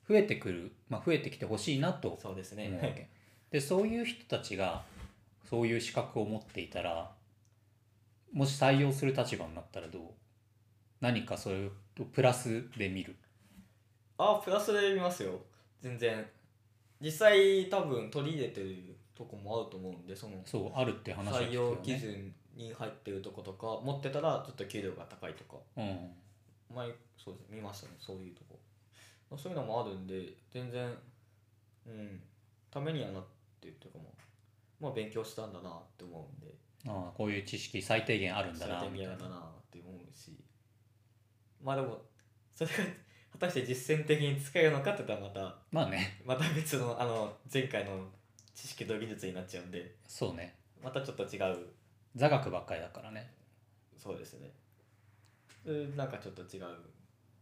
[SPEAKER 1] 増えてくる、まあ、増えてきてほしいなと
[SPEAKER 2] そうですね
[SPEAKER 1] 思うわけでそういう人たちがそういう資格を持っていたらもし採用する立場になったらどう何かそれをプラスで見る
[SPEAKER 2] あプラスで見ますよ全然実際多分取り入れてるとこもあると思うんでその
[SPEAKER 1] そうあるって話は聞
[SPEAKER 2] 採
[SPEAKER 1] くよ
[SPEAKER 2] 用
[SPEAKER 1] ね
[SPEAKER 2] 基準に入ってるとことか持ってたらちょっと給料が高いとか
[SPEAKER 1] うん
[SPEAKER 2] 前そうですね見ましたねそういうとこ、まあ、そういうのもあるんで全然うんためにはなってるというかもまあ勉強したんだなって思うんで
[SPEAKER 1] ああこういう知識最低限あるんだ
[SPEAKER 2] 最
[SPEAKER 1] な
[SPEAKER 2] 低
[SPEAKER 1] みた
[SPEAKER 2] 限
[SPEAKER 1] いな
[SPEAKER 2] だなって思うしまあでもそれが果たして実践的に使えるのかって言ったら
[SPEAKER 1] まあね
[SPEAKER 2] またまた別のあの前回の知識と技術になっちゃうんで
[SPEAKER 1] そうね
[SPEAKER 2] またちょっと違う
[SPEAKER 1] 座学ばっかりだからね
[SPEAKER 2] そうですねうんなんかちょっと違う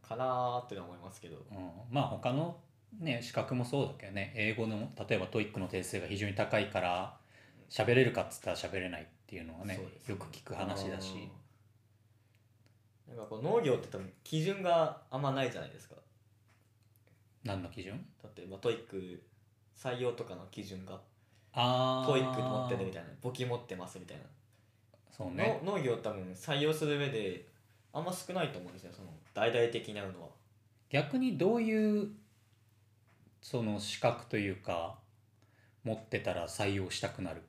[SPEAKER 2] かなーってのは思いますけど
[SPEAKER 1] うん、まあ他のね資格もそうだけどね英語の例えばトイックの点数が非常に高いから喋れるかっつったら喋れないっていうのはね
[SPEAKER 2] そうです
[SPEAKER 1] よく聞く話だし
[SPEAKER 2] あーなんかこう農業って多分基準があんまないじゃないですか
[SPEAKER 1] 何の基準
[SPEAKER 2] 例えばトイック採用とかの基準が
[SPEAKER 1] ああ
[SPEAKER 2] トイック持ってるみたいな簿記持ってますみたい
[SPEAKER 1] そう
[SPEAKER 2] な、
[SPEAKER 1] ね
[SPEAKER 2] の農業多分採用する上であんま少ないと思うんですよその大々的になるのは
[SPEAKER 1] 逆にどういうその資格というか持ってたら採用したくなる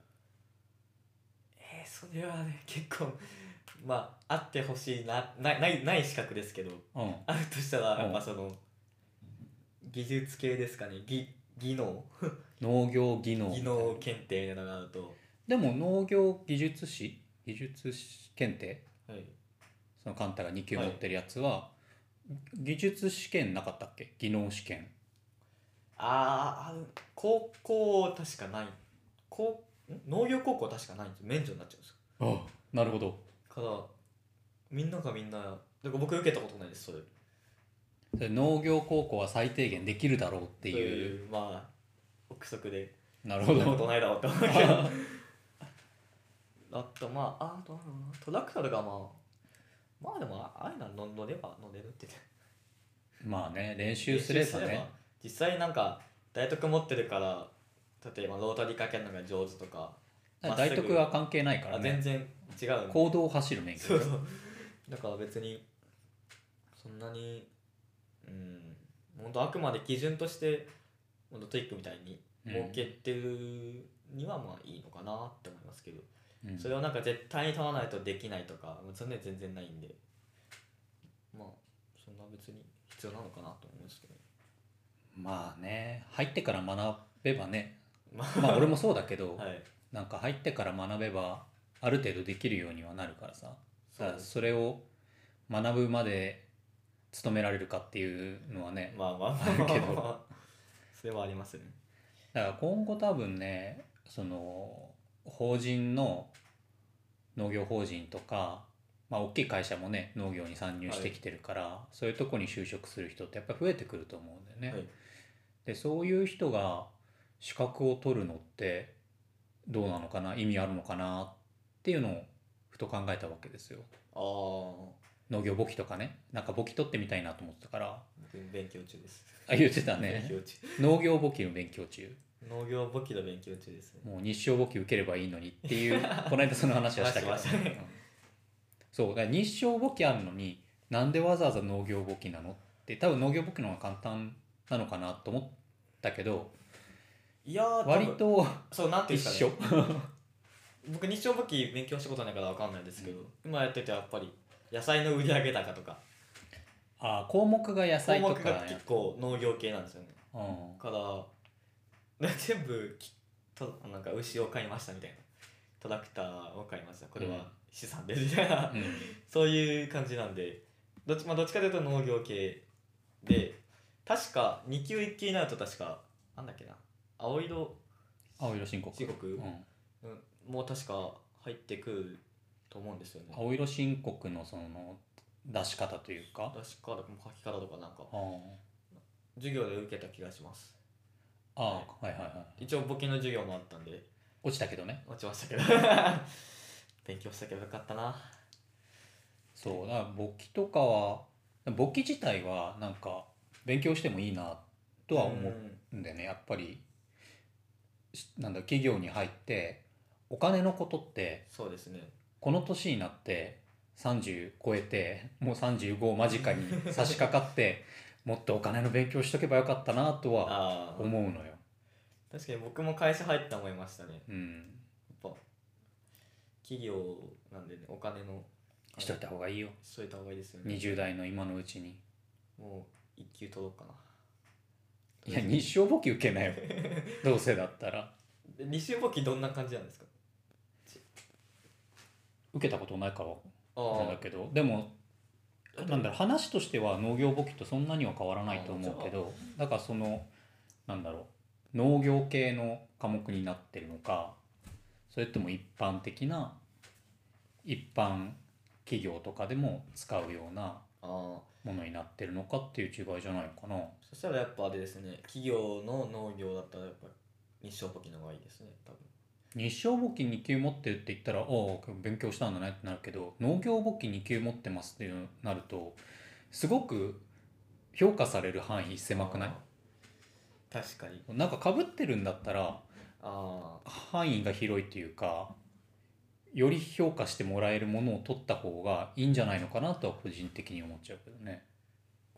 [SPEAKER 2] えー、それはね結構 まああってほしいななないない資格ですけど
[SPEAKER 1] うん
[SPEAKER 2] あるとしたらやっぱその、技術系ですかね技技能
[SPEAKER 1] 農業技能みたい
[SPEAKER 2] 技
[SPEAKER 1] な
[SPEAKER 2] 能検定などがあると
[SPEAKER 1] でも農業技術士技術士検定
[SPEAKER 2] はい
[SPEAKER 1] そのカンタが2級持ってるやつは、技術試験なかったっけ技能試験
[SPEAKER 2] あーあの高校確かない高ん農業高校確かないんですよ免除になっちゃうんですよ
[SPEAKER 1] あなるほど
[SPEAKER 2] だからみんながみんなだから僕受けたことないですそれっ
[SPEAKER 1] それ農業高校は最低限できるだろうって
[SPEAKER 2] て
[SPEAKER 1] いう、
[SPEAKER 2] いうまあ憶測で
[SPEAKER 1] なるほ
[SPEAKER 2] そんなこ
[SPEAKER 1] ど
[SPEAKER 2] とないだろうって思う けどあとまああとなんだろうなトラクターがまあまあでもああいうのはの乗れば乗れるって言って
[SPEAKER 1] まあね練習すれば
[SPEAKER 2] 練習
[SPEAKER 1] ね
[SPEAKER 2] 実際なんか大徳持ってるから例えばロータリーかけるのが上手とかばまっす
[SPEAKER 1] 大
[SPEAKER 2] ぐ
[SPEAKER 1] 徳は関係ないから
[SPEAKER 2] あ
[SPEAKER 1] ね
[SPEAKER 2] 全然違うんで
[SPEAKER 1] 行動を走る免
[SPEAKER 2] そ
[SPEAKER 1] 許
[SPEAKER 2] うそうだから別にそんなにうん本当あくまで基準として本当トイックみたいに設けてるにはまあいいのかなって思いますけど、
[SPEAKER 1] うん
[SPEAKER 2] それをなんか絶対に取らないとできないとかそんなの全然ないんでまあそんな別に必要なのかなと思うんですけど、
[SPEAKER 1] まあね入ってから学べばね
[SPEAKER 2] ま
[SPEAKER 1] ま あ俺もそうだけど、
[SPEAKER 2] あはい
[SPEAKER 1] なんか入ってから学べばある程度できるようにはなるからさ
[SPEAKER 2] そ
[SPEAKER 1] た
[SPEAKER 2] う
[SPEAKER 1] だそれを学ぶまで勤められるかっていうのはね
[SPEAKER 2] まあまあまあ
[SPEAKER 1] あるけど
[SPEAKER 2] まあまあそれはありますね
[SPEAKER 1] だから今後多分ねその法人の農業法人とか、まあ、大きい会社もね農業に参入してきてるから、そういうとこに就職する人ってやっぱ増えてくると思うんだよね。
[SPEAKER 2] はい
[SPEAKER 1] でそういう人が資格を取るのってどうなのかな意味あるのかなっていうのをふと考えたわけですよ。
[SPEAKER 2] ああ
[SPEAKER 1] 農業簿記とかねなんか簿記取ってみたいなと思ってたから
[SPEAKER 2] 僕勉強中です
[SPEAKER 1] あ言ってたね
[SPEAKER 2] 勉強中
[SPEAKER 1] 農業簿記の勉強中
[SPEAKER 2] 農業簿記の勉強中ですね
[SPEAKER 1] もう日照簿記受ければいいのにっていうこの間その話はしたけど
[SPEAKER 2] 話しましたね
[SPEAKER 1] うんそうだから日照簿記あるのになんでわざわざ農業簿記なのって多分農業簿記の方が簡単なのかなと思ったけど
[SPEAKER 2] いやー
[SPEAKER 1] 割と
[SPEAKER 2] そうなんていうん
[SPEAKER 1] 一
[SPEAKER 2] ですか
[SPEAKER 1] 緒
[SPEAKER 2] ね僕日照簿記勉強したことないからわかんないですけど、今やっててやっぱり野菜の売上高とか
[SPEAKER 1] あー項目が野
[SPEAKER 2] 項
[SPEAKER 1] 菜と
[SPEAKER 2] 目
[SPEAKER 1] か
[SPEAKER 2] が
[SPEAKER 1] ね
[SPEAKER 2] 結構農業系なんですよね
[SPEAKER 1] うん
[SPEAKER 2] だから ね全部きとなんか牛を買いましたみたいなトラクターを買いましたこれ
[SPEAKER 1] うん
[SPEAKER 2] は資産ですみたいな、
[SPEAKER 1] うん
[SPEAKER 2] そういう感じなんでどっち,、まあ、どっちかというと農業系で確か2級1級になると確かなんだっけな青色
[SPEAKER 1] 青色申告
[SPEAKER 2] 申告
[SPEAKER 1] うん
[SPEAKER 2] うんもう確か入ってくると思うんですよね
[SPEAKER 1] 青色申告のその出し方というか
[SPEAKER 2] 確か書き方とかなんか
[SPEAKER 1] あー
[SPEAKER 2] 授業で受けた気がします
[SPEAKER 1] あーはいはいはい
[SPEAKER 2] 一応簿記の授業もあったんで
[SPEAKER 1] 落ちたけどね
[SPEAKER 2] 落ちましたけど 勉強したけどよかったな
[SPEAKER 1] そうだから簿記とかは簿記自体はなんか勉強してもいいなとは思
[SPEAKER 2] ん
[SPEAKER 1] うんだよね、やっぱりしなんだ企業に入ってお金のことって
[SPEAKER 2] そうですね
[SPEAKER 1] この年になって30超えてもう35間近に差し掛かって もっとお金の勉強しとけばよかったなとは
[SPEAKER 2] ああ
[SPEAKER 1] 思うのよ。
[SPEAKER 2] 確かに僕も会社入った思いましたねやっ
[SPEAKER 1] うん、
[SPEAKER 2] ぱ企業なんでねお金の
[SPEAKER 1] しといた方がいいよ
[SPEAKER 2] しといた方がいいですよね
[SPEAKER 1] 20代の今のうちに。
[SPEAKER 2] もう一級取ろうか
[SPEAKER 1] い
[SPEAKER 2] な
[SPEAKER 1] や 日照簿記受 けなよどうせだったら
[SPEAKER 2] で二週簿記どんな感じなんですか
[SPEAKER 1] 受けたことないから
[SPEAKER 2] あ
[SPEAKER 1] あれだ
[SPEAKER 2] あ
[SPEAKER 1] けどでもなんだろう話としては農業簿記とそんなには変わらないと思うけどだからそのなんだろう農業系の科目になってるのかそれとも一般的な一般企業とかでも使うような
[SPEAKER 2] ああ
[SPEAKER 1] ものになってるのかっていう違いじゃないのかな
[SPEAKER 2] そしたらやっぱあれですね企業の農業だったらやっぱ日照簿記の方がいいですね多分
[SPEAKER 1] 日照簿記2級持ってるって言ったら「ああ勉強したんだね」ってなるけど農業簿記2級持ってますってなるとすごく評価される範囲狭くない
[SPEAKER 2] あー確かに
[SPEAKER 1] なんかかぶってるんだったら
[SPEAKER 2] ああ
[SPEAKER 1] 範囲が広いというかより評価してもらえるものを取った方がいいんじゃないのかなとは個人的に思っちゃうけどね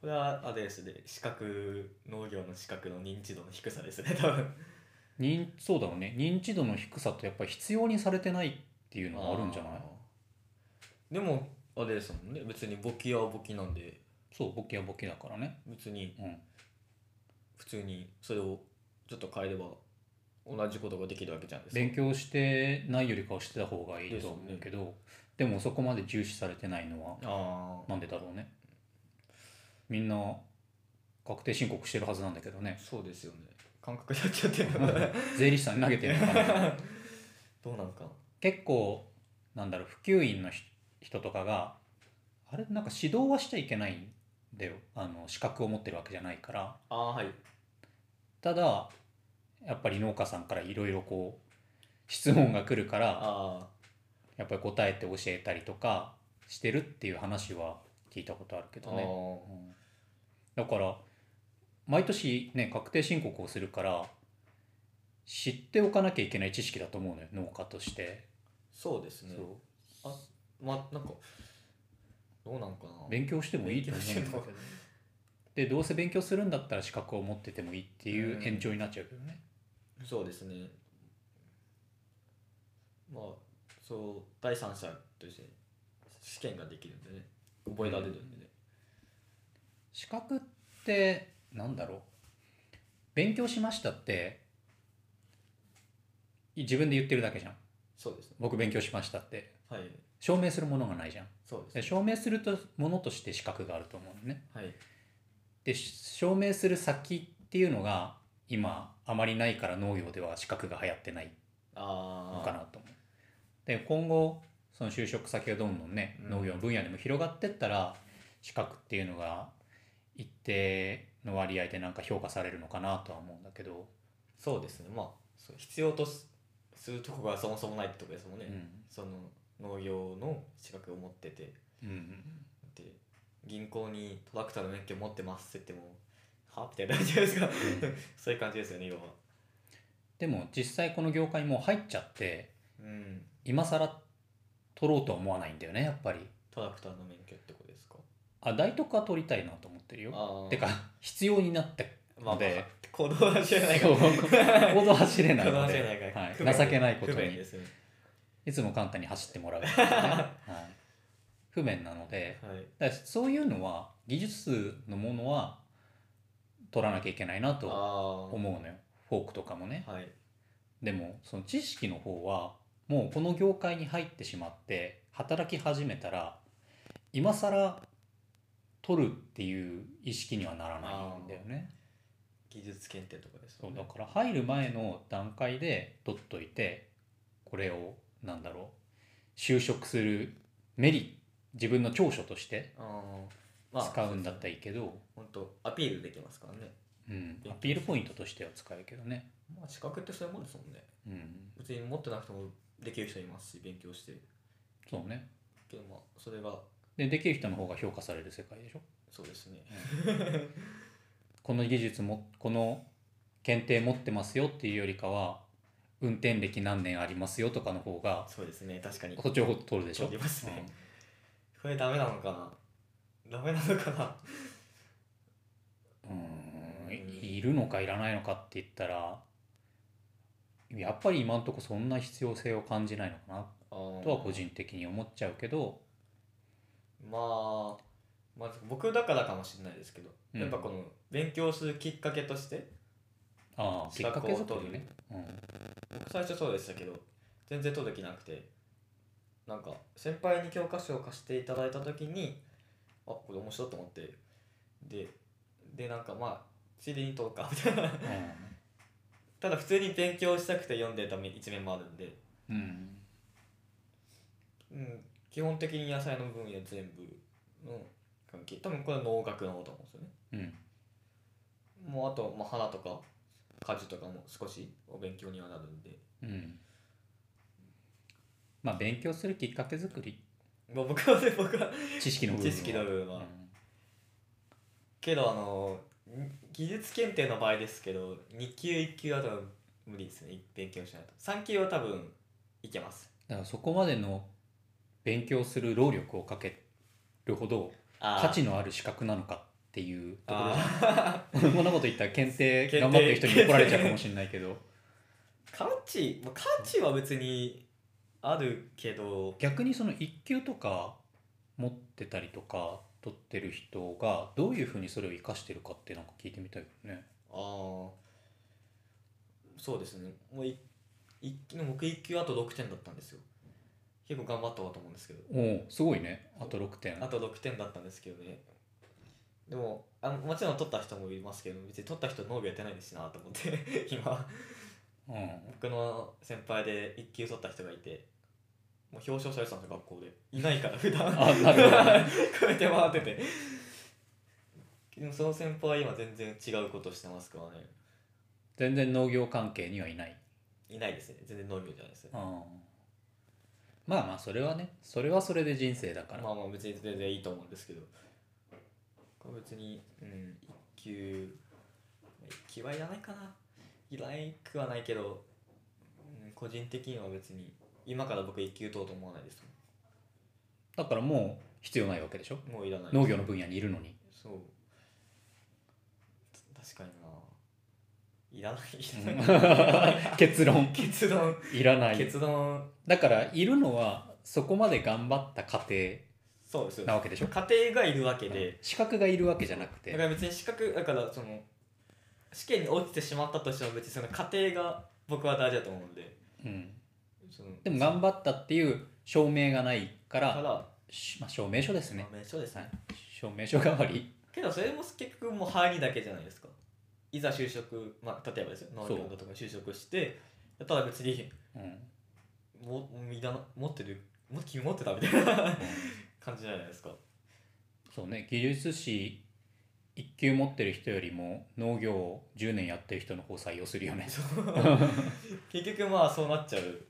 [SPEAKER 2] これはあれですね資格農業の資格の認知度の低さですね多分
[SPEAKER 1] 認そうだろうね認知度の低さとやっぱり必要にされてないっていうのがあるんじゃない
[SPEAKER 2] ーでもあれですもんね別に簿記は簿記なんで
[SPEAKER 1] そうボケはボケだからね
[SPEAKER 2] 別に
[SPEAKER 1] うん
[SPEAKER 2] 普通にそれをちょっと変えれば同じことができるわけじゃないですか
[SPEAKER 1] 勉強してないよりかはしてた方がいいと思うけどでもそこまで重視されてないのは
[SPEAKER 2] ああ
[SPEAKER 1] なんでだろうねみんな確定申告してるはずなんだけどね
[SPEAKER 2] そうですよね感覚でやっちゃってる
[SPEAKER 1] 税理士さんに投げてるのか な
[SPEAKER 2] どうなんかな
[SPEAKER 1] 結構なんだろう普及員のひ人とかがあれなんか指導はしちゃいけないんだよあの資格を持ってるわけじゃないから
[SPEAKER 2] ああはい
[SPEAKER 1] ただやっぱり農家さんからいろいろこう質問が来るから
[SPEAKER 2] あ
[SPEAKER 1] やっぱり答えて教えたりとかしてるっていう話は聞いたことあるけ
[SPEAKER 2] ー
[SPEAKER 1] ど
[SPEAKER 2] あー、
[SPEAKER 1] ね、うんだから毎年ね確定申告をするから知っておかなきゃいけない知識だと思うのよ農家として、
[SPEAKER 2] そうですね
[SPEAKER 1] そう
[SPEAKER 2] まあなんかどうなんかな
[SPEAKER 1] 勉強してもいいと思うんだけ
[SPEAKER 2] 勉強
[SPEAKER 1] ど
[SPEAKER 2] しても
[SPEAKER 1] でどうせ勉強するんだったら資格を持っててもいいっていう
[SPEAKER 2] うん
[SPEAKER 1] 延長になっちゃうけどね、
[SPEAKER 2] そうですねまあそう第三者として試験ができるんでね覚えられるんでね、
[SPEAKER 1] 資格ってなんだろう勉強しましたって自分で言ってるだけじゃん
[SPEAKER 2] そうですね
[SPEAKER 1] 僕勉強しましたって
[SPEAKER 2] はい
[SPEAKER 1] 証明するものがないじゃん
[SPEAKER 2] そうです
[SPEAKER 1] で
[SPEAKER 2] ね
[SPEAKER 1] 証明するとものとして資格があると思うのね
[SPEAKER 2] はい
[SPEAKER 1] で証明する先っていうのが今あまりないから農業では資格が流行ってないの
[SPEAKER 2] あ
[SPEAKER 1] かなと思う。で今後その就職先がどんどんね
[SPEAKER 2] うん
[SPEAKER 1] 農業の分野でも広がってったら資格っていうのが一定の割合でなんか評価されるのかなとは思うんだけど、
[SPEAKER 2] そうですねまあそう必要とすするとこがそもそもないってとこですもん
[SPEAKER 1] う
[SPEAKER 2] ね、
[SPEAKER 1] ん
[SPEAKER 2] その農業の資格を持ってて
[SPEAKER 1] うん、
[SPEAKER 2] で銀行にトラクターの免許持ってますって言ってもはみたいな感じじゃないですか そういう感じですよね要は
[SPEAKER 1] でも実際この業界もう入っちゃって
[SPEAKER 2] うん
[SPEAKER 1] 今更取ろうとは思わないんだよねやっぱり。
[SPEAKER 2] プロダクターの免許ってことですか
[SPEAKER 1] あ大とか取りたいなと思ってるよ
[SPEAKER 2] あー
[SPEAKER 1] てか必要になって
[SPEAKER 2] まあ、まあ
[SPEAKER 1] で、
[SPEAKER 2] 行動は走れないか
[SPEAKER 1] そ
[SPEAKER 2] ら
[SPEAKER 1] う行動走れない
[SPEAKER 2] 行動
[SPEAKER 1] の
[SPEAKER 2] は
[SPEAKER 1] で
[SPEAKER 2] 走れないから、不
[SPEAKER 1] は
[SPEAKER 2] 便
[SPEAKER 1] い、情けないこと
[SPEAKER 2] 不便
[SPEAKER 1] に
[SPEAKER 2] ですよね
[SPEAKER 1] いつも簡単に走っても らう、はい、不便なので
[SPEAKER 2] はい
[SPEAKER 1] だからそういうのは技術のものは取らなきゃいけないなと
[SPEAKER 2] あ
[SPEAKER 1] 思うのよフォークとかもね
[SPEAKER 2] あはい
[SPEAKER 1] でもその知識の方はもうこの業界に入ってしまって働き始めたら今更取るっていう意識にはならないんだよね
[SPEAKER 2] 技術検定とかです
[SPEAKER 1] そ
[SPEAKER 2] も
[SPEAKER 1] うんだ
[SPEAKER 2] ね
[SPEAKER 1] から入る前の段階で取っといてこれをなんだろう就職するメリ自分の長所として
[SPEAKER 2] あーまあ
[SPEAKER 1] 使うんだったら
[SPEAKER 2] り
[SPEAKER 1] いいけど、
[SPEAKER 2] 本当アピールできますからね
[SPEAKER 1] うん、アピールポイントとしては使えるけどね、
[SPEAKER 2] まあ資格ってそういうもんですもんね
[SPEAKER 1] うん、
[SPEAKER 2] 別に持ってなくてもできる人いますし勉強してる
[SPEAKER 1] そうね
[SPEAKER 2] けどまあそれが
[SPEAKER 1] でできる人の方が評価される世界でしょ
[SPEAKER 2] そうですね
[SPEAKER 1] この技術もこの検定持ってますよっていうよりかは運転歴何年ありますよとかの方が
[SPEAKER 2] そうですね確かに
[SPEAKER 1] そっちを取るでしょ
[SPEAKER 2] 取りますねこれダメなのかなダメなのかな
[SPEAKER 1] うんうーんいいるのかいらないのかって言ったらやっぱり今んとこそんな必要性を感じないのかなとは個人的に思っちゃうけど
[SPEAKER 2] まあ、まあ、僕だからかもしれないですけど、
[SPEAKER 1] うん
[SPEAKER 2] やっぱこの勉強するきっかけとして
[SPEAKER 1] ああき
[SPEAKER 2] 資
[SPEAKER 1] っか
[SPEAKER 2] 格
[SPEAKER 1] け
[SPEAKER 2] を
[SPEAKER 1] 作
[SPEAKER 2] 取
[SPEAKER 1] り
[SPEAKER 2] る
[SPEAKER 1] ね、うん、
[SPEAKER 2] 僕最初そうでしたけど全然届きなくてなんか先輩に教科書を貸していただいた時にあこれ面白いと思ってででなんかまあついでに取ろうかみたいな ただ普通に勉強したくて読んでた一面もあるんで、
[SPEAKER 1] うんうん
[SPEAKER 2] うん、基本的に野菜の分野全部の関係多分これは農学の方と思うんですよね
[SPEAKER 1] うん
[SPEAKER 2] もうあと、まあ、花とか果樹とかも少しお勉強にはなるんで、
[SPEAKER 1] うんまあ勉強するきっかけ作り
[SPEAKER 2] まあ、僕はね僕は
[SPEAKER 1] 知識の部分
[SPEAKER 2] 知識の部分は、
[SPEAKER 1] うん
[SPEAKER 2] けどあのん技術検定の場合ですけど2級1級は多分無理ですね勉強しないと3級は多分いけます
[SPEAKER 1] だからそこまでの勉強する労力をかけるほど
[SPEAKER 2] あー
[SPEAKER 1] 価値のある資格なのかっていうところじ ゃ
[SPEAKER 2] あ
[SPEAKER 1] んこんなこと言ったら検定
[SPEAKER 2] 検定
[SPEAKER 1] 頑張ってる人に怒られちゃうかもしれないけど
[SPEAKER 2] ー価値、まあ、価値は別にあるけど
[SPEAKER 1] 逆にその1級とか持ってたりとか取ってる人がどういうふうにそれを生かしてるかってなんか聞いてみたいよね。
[SPEAKER 2] あーそうですねもうい一級僕1級あと6点だったんですよ結構頑張ったわと思うんですけど
[SPEAKER 1] おうすごいねあと6点。
[SPEAKER 2] あと6点だったんですけどねでもあのもちろん取った人もいますけど別に取った人農業やってないですしなと思って 今
[SPEAKER 1] うん、
[SPEAKER 2] 僕の先輩で1級取った人がいてもう表彰されてたんですよ学校でいないから普段
[SPEAKER 1] あなるほどね
[SPEAKER 2] こうやって回っててでもその先輩は今全然違うことしてますからね
[SPEAKER 1] 全然農業関係にはいない。
[SPEAKER 2] いないですね全然農業じゃないですね
[SPEAKER 1] うん、まあまあそれはねそれはそれで人生だから。
[SPEAKER 2] まあまあ別に全然いいと思うんですけどこれ別に、うん、1級1級はいらないかないらないくはないけど、うん、個人的には別に今から僕1級取ろうと思わないです
[SPEAKER 1] だからもう必要ないわけでしょ
[SPEAKER 2] もんもういらない
[SPEAKER 1] 農業の分野にいるのに
[SPEAKER 2] そう確かにないらないいらない
[SPEAKER 1] うん結論
[SPEAKER 2] 結論
[SPEAKER 1] いらない
[SPEAKER 2] 結論
[SPEAKER 1] だからいるのはそこまで頑張った過程
[SPEAKER 2] そうですよ
[SPEAKER 1] なわけでしょ
[SPEAKER 2] 家庭がいるわけで、
[SPEAKER 1] 資格がいるわけじゃなく
[SPEAKER 2] だか
[SPEAKER 1] て
[SPEAKER 2] ら別に資格だからその試験に落ちてしまったとしても別にその過程が僕は大事だと思うんで
[SPEAKER 1] うん
[SPEAKER 2] その
[SPEAKER 1] でも頑張ったっていう証明がないか
[SPEAKER 2] だからら
[SPEAKER 1] しまあ証明書ですね
[SPEAKER 2] まあ名称ですね、
[SPEAKER 1] はい証明書代わり
[SPEAKER 2] けどそれも結局もう入りだけじゃないですかいざ就職まあ例えばですよ農業だとか就職してだったら別に
[SPEAKER 1] うん
[SPEAKER 2] ももういらな持ってるも君持ってたみたいな感じじゃないですか
[SPEAKER 1] そうね技術士1級持ってる人よりも農業を10年やってる人の方を採用するよ ね
[SPEAKER 2] そう結局まあそうなっちゃう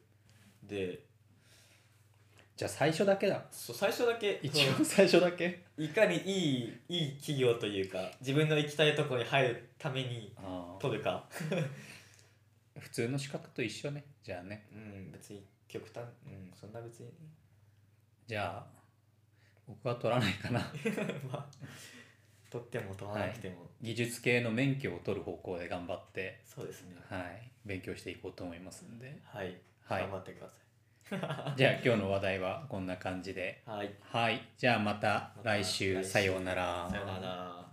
[SPEAKER 2] で
[SPEAKER 1] じゃあ最初だけだ
[SPEAKER 2] そう最初だけ
[SPEAKER 1] 一
[SPEAKER 2] その
[SPEAKER 1] 応最初だ け
[SPEAKER 2] いかにいいいい企業というか自分の行きたいところに入るために
[SPEAKER 1] あ
[SPEAKER 2] 取るか
[SPEAKER 1] あ普通の資格と一緒ねじゃあね
[SPEAKER 2] うん別に極端うんそんな別に
[SPEAKER 1] じゃあ僕は取らないかな
[SPEAKER 2] まあ取っても取らなくても、
[SPEAKER 1] 技術系の免許を取る方向で頑張って、
[SPEAKER 2] そうですね
[SPEAKER 1] はい、勉強していこうと思いますんで
[SPEAKER 2] はい、
[SPEAKER 1] はい
[SPEAKER 2] 頑張ってくださ
[SPEAKER 1] じゃあ今日の話題はこんな感じで
[SPEAKER 2] いはい
[SPEAKER 1] はいじゃあまた来週
[SPEAKER 2] また来週
[SPEAKER 1] さようなら
[SPEAKER 2] さよなら